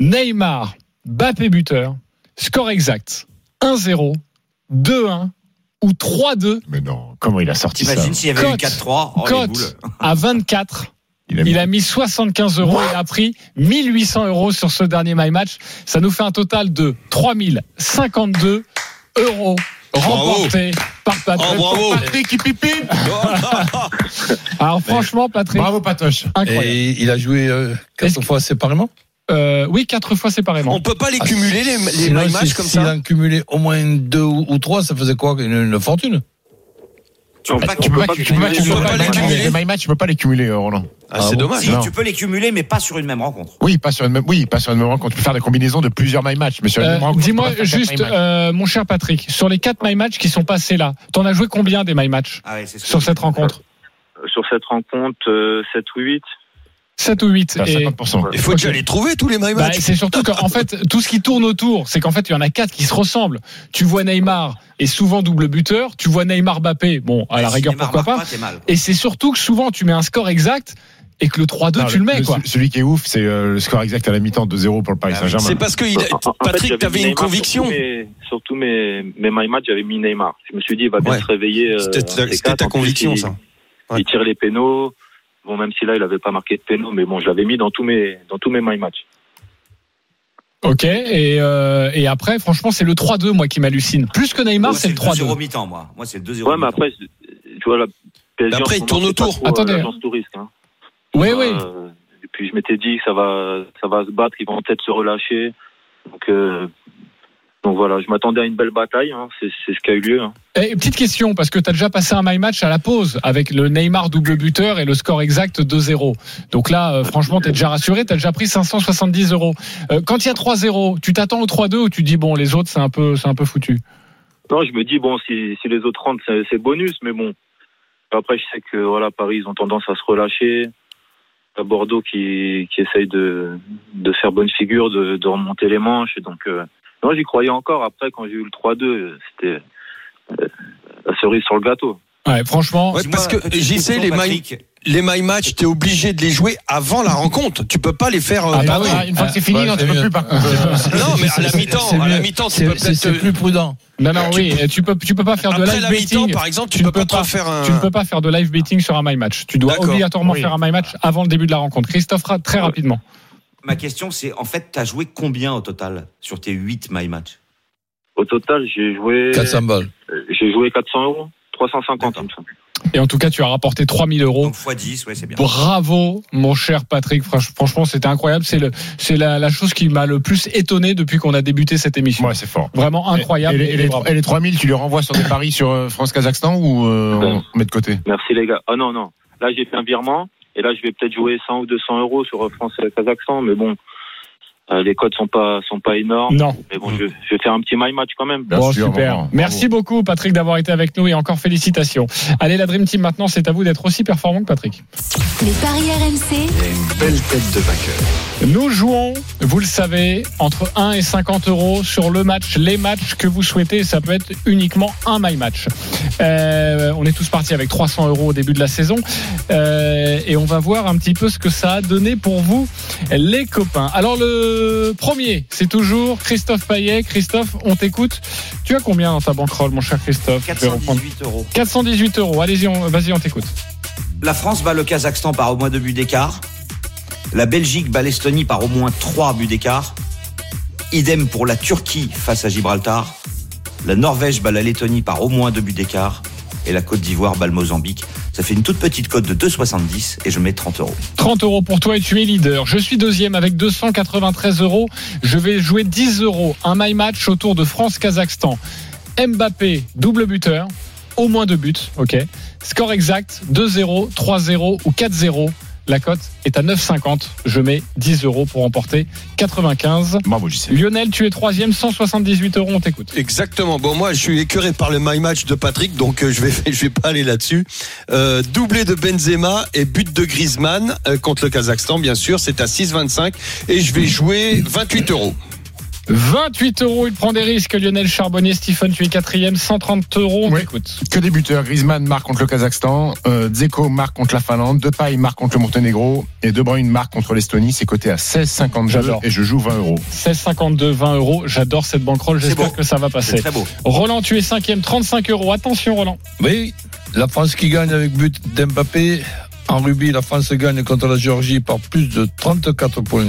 [SPEAKER 5] Neymar, Bappé buteur. Score exact 1-0, 2-1 ou 3-2
[SPEAKER 6] Mais non, comment il a sorti ça
[SPEAKER 7] T'imagines s'il y avait eu
[SPEAKER 5] Cote.
[SPEAKER 7] 4-3 oh, les boules.
[SPEAKER 5] cote à 24.
[SPEAKER 6] mis-
[SPEAKER 5] Il a mis 75 euros et a pris 1800 euros sur ce dernier My Match. Ça nous fait un total de 3052 euros remportés par Patrick.
[SPEAKER 9] Oh, bravo.
[SPEAKER 6] Patrick qui pipi.
[SPEAKER 5] Alors franchement, Patrick,
[SPEAKER 6] Bravo Patoche.
[SPEAKER 5] incroyable.
[SPEAKER 8] Et il a joué euh,
[SPEAKER 5] Est-ce
[SPEAKER 8] quatre
[SPEAKER 5] que-
[SPEAKER 8] fois séparément.
[SPEAKER 5] Euh, oui, quatre fois séparément.
[SPEAKER 6] Oh,
[SPEAKER 9] On peut pas les cumuler les, les
[SPEAKER 8] Sinon,
[SPEAKER 9] my
[SPEAKER 8] si-
[SPEAKER 9] matchs comme
[SPEAKER 8] s'il
[SPEAKER 9] ça.
[SPEAKER 8] en cumulait au moins deux ou ou trois, ça faisait quoi une, une fortune
[SPEAKER 7] Tu peux pas
[SPEAKER 6] Bah, Tu peux pas,
[SPEAKER 7] cumuler.
[SPEAKER 6] tu peux pas,
[SPEAKER 9] tu peux pas les cumuler.
[SPEAKER 6] Les my match, tu peux pas les cumuler, euh, Roland.
[SPEAKER 9] Ah, c'est dommage.
[SPEAKER 7] Si,
[SPEAKER 6] Non.
[SPEAKER 7] tu peux les cumuler, mais pas sur une même rencontre.
[SPEAKER 6] Oui, pas sur une même, oui, pas sur une même rencontre. Tu peux faire des combinaisons de plusieurs my match, mais sur une
[SPEAKER 5] Euh,
[SPEAKER 6] même rencontre. tu
[SPEAKER 5] Dis-moi
[SPEAKER 6] peux pas faire quatre
[SPEAKER 5] juste,
[SPEAKER 6] my match.
[SPEAKER 5] euh, mon cher Patrick, sur les quatre My Match qui sont passés là, t'en as joué combien des My Match
[SPEAKER 7] Ah ouais, c'est ce que
[SPEAKER 5] sur
[SPEAKER 7] je-
[SPEAKER 5] cette rencontre
[SPEAKER 13] Euh,
[SPEAKER 12] Sur cette rencontre, euh, 7 ou 8.
[SPEAKER 5] 7 ou 8
[SPEAKER 6] Faire 50%.
[SPEAKER 9] Il faut
[SPEAKER 5] Ok.
[SPEAKER 9] déjà les trouver tous les my
[SPEAKER 5] Bah,
[SPEAKER 9] matchs.
[SPEAKER 5] c'est surtout [laughs] qu'en fait, tout ce qui tourne autour, c'est qu'en fait, il y en a quatre qui se ressemblent. Tu vois Neymar est souvent double buteur. Tu vois Neymar Bappé, bon, à la
[SPEAKER 7] Si
[SPEAKER 5] rigueur,
[SPEAKER 7] Neymar
[SPEAKER 5] pourquoi
[SPEAKER 7] marque
[SPEAKER 5] pas.
[SPEAKER 7] t'es mal.
[SPEAKER 5] Et c'est surtout que souvent, tu mets un score exact et que le 3-2,
[SPEAKER 6] Non,
[SPEAKER 5] tu le mets, quoi.
[SPEAKER 6] Celui qui est ouf, c'est euh, le score exact à la mi-temps 2-0 pour le Paris
[SPEAKER 7] Ah oui.
[SPEAKER 9] C'est
[SPEAKER 6] Saint-Germain.
[SPEAKER 9] parce que il a-
[SPEAKER 12] En- en fait,
[SPEAKER 9] Patrick,
[SPEAKER 12] j'avais
[SPEAKER 9] t'avais
[SPEAKER 12] mis
[SPEAKER 9] une
[SPEAKER 12] Neymar,
[SPEAKER 9] conviction.
[SPEAKER 12] Surtout mes, surtout mes, mes my match, j'avais mis Neymar. Je me suis dit, il va bien
[SPEAKER 9] Ouais.
[SPEAKER 12] se réveiller. euh,
[SPEAKER 9] C'était
[SPEAKER 12] un
[SPEAKER 9] ta-
[SPEAKER 12] des
[SPEAKER 9] c'était
[SPEAKER 12] quatre.
[SPEAKER 9] ta
[SPEAKER 12] En plus,
[SPEAKER 9] conviction,
[SPEAKER 12] il-
[SPEAKER 9] ça. Ouais.
[SPEAKER 12] Il tire les pénaux. Bon, même si là, il n'avait pas marqué de pénaux, mais bon, je l'avais mis dans tous mes, dans tous mes my match.
[SPEAKER 5] Ok. Et, euh, et après, franchement, c'est le 3-2, moi, qui m'hallucine. Plus que
[SPEAKER 7] Moi,
[SPEAKER 5] Neymar, Oh, c'est le
[SPEAKER 7] 2-0
[SPEAKER 5] 3-2.
[SPEAKER 7] mi-temps, moi. Moi, c'est le 2-0.
[SPEAKER 12] Ouais, mais
[SPEAKER 7] mi-temps.
[SPEAKER 12] après, je- tu vois, la PSG. en
[SPEAKER 9] Après,
[SPEAKER 12] ce
[SPEAKER 9] il
[SPEAKER 12] moment,
[SPEAKER 9] tourne
[SPEAKER 12] c'est pas
[SPEAKER 9] autour.
[SPEAKER 12] trop, euh,
[SPEAKER 5] Attendez.
[SPEAKER 12] l'agence touriste, hein.
[SPEAKER 5] Oui,
[SPEAKER 13] Bah,
[SPEAKER 5] oui.
[SPEAKER 12] Euh, et puis, je m'étais dit que ça va, ça va se battre, ils vont peut-être se relâcher. Donc, euh,
[SPEAKER 13] Donc voilà, je m'attendais à une belle bataille, hein. c'est c'est ce qui a eu lieu. hein.
[SPEAKER 5] Et petite question, parce que tu as déjà passé un my match à la pause avec le Neymar double buteur et le score exact 2-0. Donc là, euh, franchement, tu es déjà rassuré, tu as déjà pris 570 euros. Euh, quand il y a 3-0, tu t'attends au 3-2 ou tu dis, bon, les autres, c'est un peu, c'est un peu foutu
[SPEAKER 13] Non, je me dis, bon, si, si les autres rentrent, c'est c'est bonus, mais bon. Après, je sais que voilà, Paris, ils ont tendance à se relâcher. À Bordeaux qui, qui essaye de, de faire bonne figure, de, de remonter les manches. Donc, euh, non, j'y croyais encore. Après, quand j'ai eu le 3-2, c'était euh, la cerise sur le gâteau.
[SPEAKER 5] Ouais, franchement.
[SPEAKER 9] Ouais, parce que
[SPEAKER 13] petite
[SPEAKER 9] JC,
[SPEAKER 13] question,
[SPEAKER 9] les my,
[SPEAKER 13] Patrick.
[SPEAKER 9] les my match, t'es obligé de les jouer avant la rencontre. Tu peux pas les faire. euh,
[SPEAKER 5] Ah bah
[SPEAKER 9] avant.
[SPEAKER 5] oui, [laughs] une fois que c'est fini, non, tu peux plus, par contre.
[SPEAKER 9] Non, mais à la mi-temps, à la mi-temps, tu peux peut-être. te-
[SPEAKER 8] prudent.
[SPEAKER 5] Non, non, oui, tu peux, tu peux pas faire de
[SPEAKER 9] Après
[SPEAKER 5] live
[SPEAKER 9] la mi-temps,
[SPEAKER 5] betting.
[SPEAKER 9] par exemple, tu
[SPEAKER 5] ne
[SPEAKER 9] peux pas trop faire un-
[SPEAKER 5] Tu ne peux pas faire de live betting sur un my match. Tu dois
[SPEAKER 9] D'accord.
[SPEAKER 5] obligatoirement
[SPEAKER 9] Oui.
[SPEAKER 5] faire un my match avant le début de la rencontre. Christophe Rat, très rapidement.
[SPEAKER 7] Ma question, c'est en fait, t'as joué combien au total sur tes 8 my match
[SPEAKER 13] Au total, j'ai joué,
[SPEAKER 8] 400 balles.
[SPEAKER 13] euh, j'ai joué 400 euros, 350, il me semble.
[SPEAKER 5] Et en tout cas, tu as rapporté 3000 euros.
[SPEAKER 7] Donc x 10, ouais, c'est bien.
[SPEAKER 5] Bravo, mon cher Patrick. Franch- Franchement, c'était incroyable. C'est le, c'est la, la chose qui m'a le plus étonné depuis qu'on a débuté cette émission.
[SPEAKER 6] Ouais, c'est fort.
[SPEAKER 5] Vraiment incroyable.
[SPEAKER 6] Et, et les- et les,
[SPEAKER 5] bravo.
[SPEAKER 6] et les 3000, tu les renvoies sur des paris sur euh, France-Kazakhstan ou euh,
[SPEAKER 12] Ben.
[SPEAKER 13] Ouais.
[SPEAKER 6] on met de côté
[SPEAKER 13] Merci les gars. Ah non, non. Là, j'ai fait un virement et là, je vais peut-être jouer 100 ou 200 euros sur euh, France-Kazakhstan, mais bon, euh, les codes sont pas, sont pas énormes.
[SPEAKER 5] Non.
[SPEAKER 13] Mais bon, je, je vais faire un petit my match quand même.
[SPEAKER 6] Bien
[SPEAKER 5] Bon,
[SPEAKER 6] sûr,
[SPEAKER 5] super.
[SPEAKER 6] vraiment,
[SPEAKER 5] Merci beaucoup, Patrick, d'avoir été avec nous et encore félicitations. Allez, la Dream Team, maintenant, c'est à vous d'être aussi performant que Patrick.
[SPEAKER 3] Les paris RMC,
[SPEAKER 2] Il y a une belle tête de vainqueur.
[SPEAKER 5] Nous jouons, vous le savez, entre 1 et 50 euros sur le match, les matchs que vous souhaitez. Ça peut être uniquement un my match. Euh, on est tous partis avec 300 euros au début de la saison. Euh, et on va voir un petit peu ce que ça a donné pour vous, les copains. Alors, le premier, c'est toujours Christophe Payet. Christophe, on t'écoute. Tu as combien dans ta bankroll, mon cher Christophe Je vais reprendre.
[SPEAKER 7] 418 euros.
[SPEAKER 5] 418 euros. Allez-y, on- vas-y, on t'écoute.
[SPEAKER 7] La France bat le Kazakhstan par au moins deux buts d'écart. La Belgique bat l'Estonie par au moins trois buts d'écart. Idem pour la Turquie face à Gibraltar. La Norvège bat la Lettonie par au moins deux buts d'écart. Et la Côte d'Ivoire bat le Mozambique. Ça fait une toute petite cote de 2,70 et je mets 30 euros.
[SPEAKER 5] 30 euros pour toi et tu es leader. Je suis deuxième avec 293 euros. Je vais jouer 10 euros. Un my match autour de France-Kazakhstan. Mbappé, double buteur. Au moins deux buts. OK. Score exact 2-0, 3-0 ou 4-0. La cote est à 9,50. Je mets 10 euros pour emporter 95.
[SPEAKER 6] Bravo, JC.
[SPEAKER 5] Lionel, tu es troisième, 178 euros. On t'écoute.
[SPEAKER 9] Exactement. Bon, moi, je suis écœuré par le my match de Patrick, donc euh, je vais, [laughs] je vais pas aller là-dessus. Euh, doublé de Benzema et but de Griezmann euh, contre le Kazakhstan, bien sûr. C'est à 6,25 et je vais jouer 28 euros.
[SPEAKER 5] 28 euros. Il prend des risques. Lionel Charbonnier, Stephen, tu es quatrième, 130 euros. On
[SPEAKER 6] Oui.
[SPEAKER 5] t'écoute.
[SPEAKER 6] Que des buteurs. Griezmann marque contre le Kazakhstan, euh, Dzeko marque contre la Finlande, Depay marque contre le Monténégro et De Bruyne marque contre l'Estonie. C'est coté à 16,52
[SPEAKER 5] J'adore.
[SPEAKER 6] et je joue 20 euros.
[SPEAKER 5] 16,52, 20 euros. J'adore cette bankroll.
[SPEAKER 7] C'est
[SPEAKER 5] J'espère
[SPEAKER 7] beau.
[SPEAKER 5] que ça va
[SPEAKER 7] C'est
[SPEAKER 5] passer.
[SPEAKER 7] très beau.
[SPEAKER 5] Roland, tu es cinquième, 35 euros.
[SPEAKER 7] [laughs]
[SPEAKER 5] Attention, Roland.
[SPEAKER 8] Oui, la France qui gagne avec but d'Mbappé. En rugby, la France gagne contre la Géorgie par plus de 34 points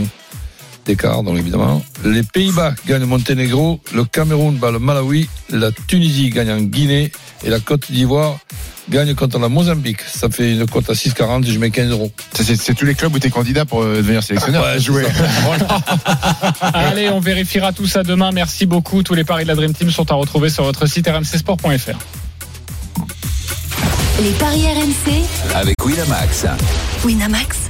[SPEAKER 8] d'écart, donc évidemment. Les Pays-Bas gagnent au Monténégro, le Cameroun bat le Malawi, la Tunisie gagne en Guinée et la Côte d'Ivoire gagne contre la Mozambique. Ça fait une cote à 6,40 et je mets 15 euros.
[SPEAKER 6] Ça, C'est c'est tous les clubs où tu es candidat pour euh, devenir sélectionneur.
[SPEAKER 8] Ouais, c'est
[SPEAKER 6] Jouer.
[SPEAKER 5] Allez, on vérifiera tout ça demain. Merci beaucoup. Tous les paris de la Dream Team sont à retrouver sur votre site rmcsport.fr.
[SPEAKER 3] les paris RMC,
[SPEAKER 4] Avec Winamax.
[SPEAKER 3] Winamax,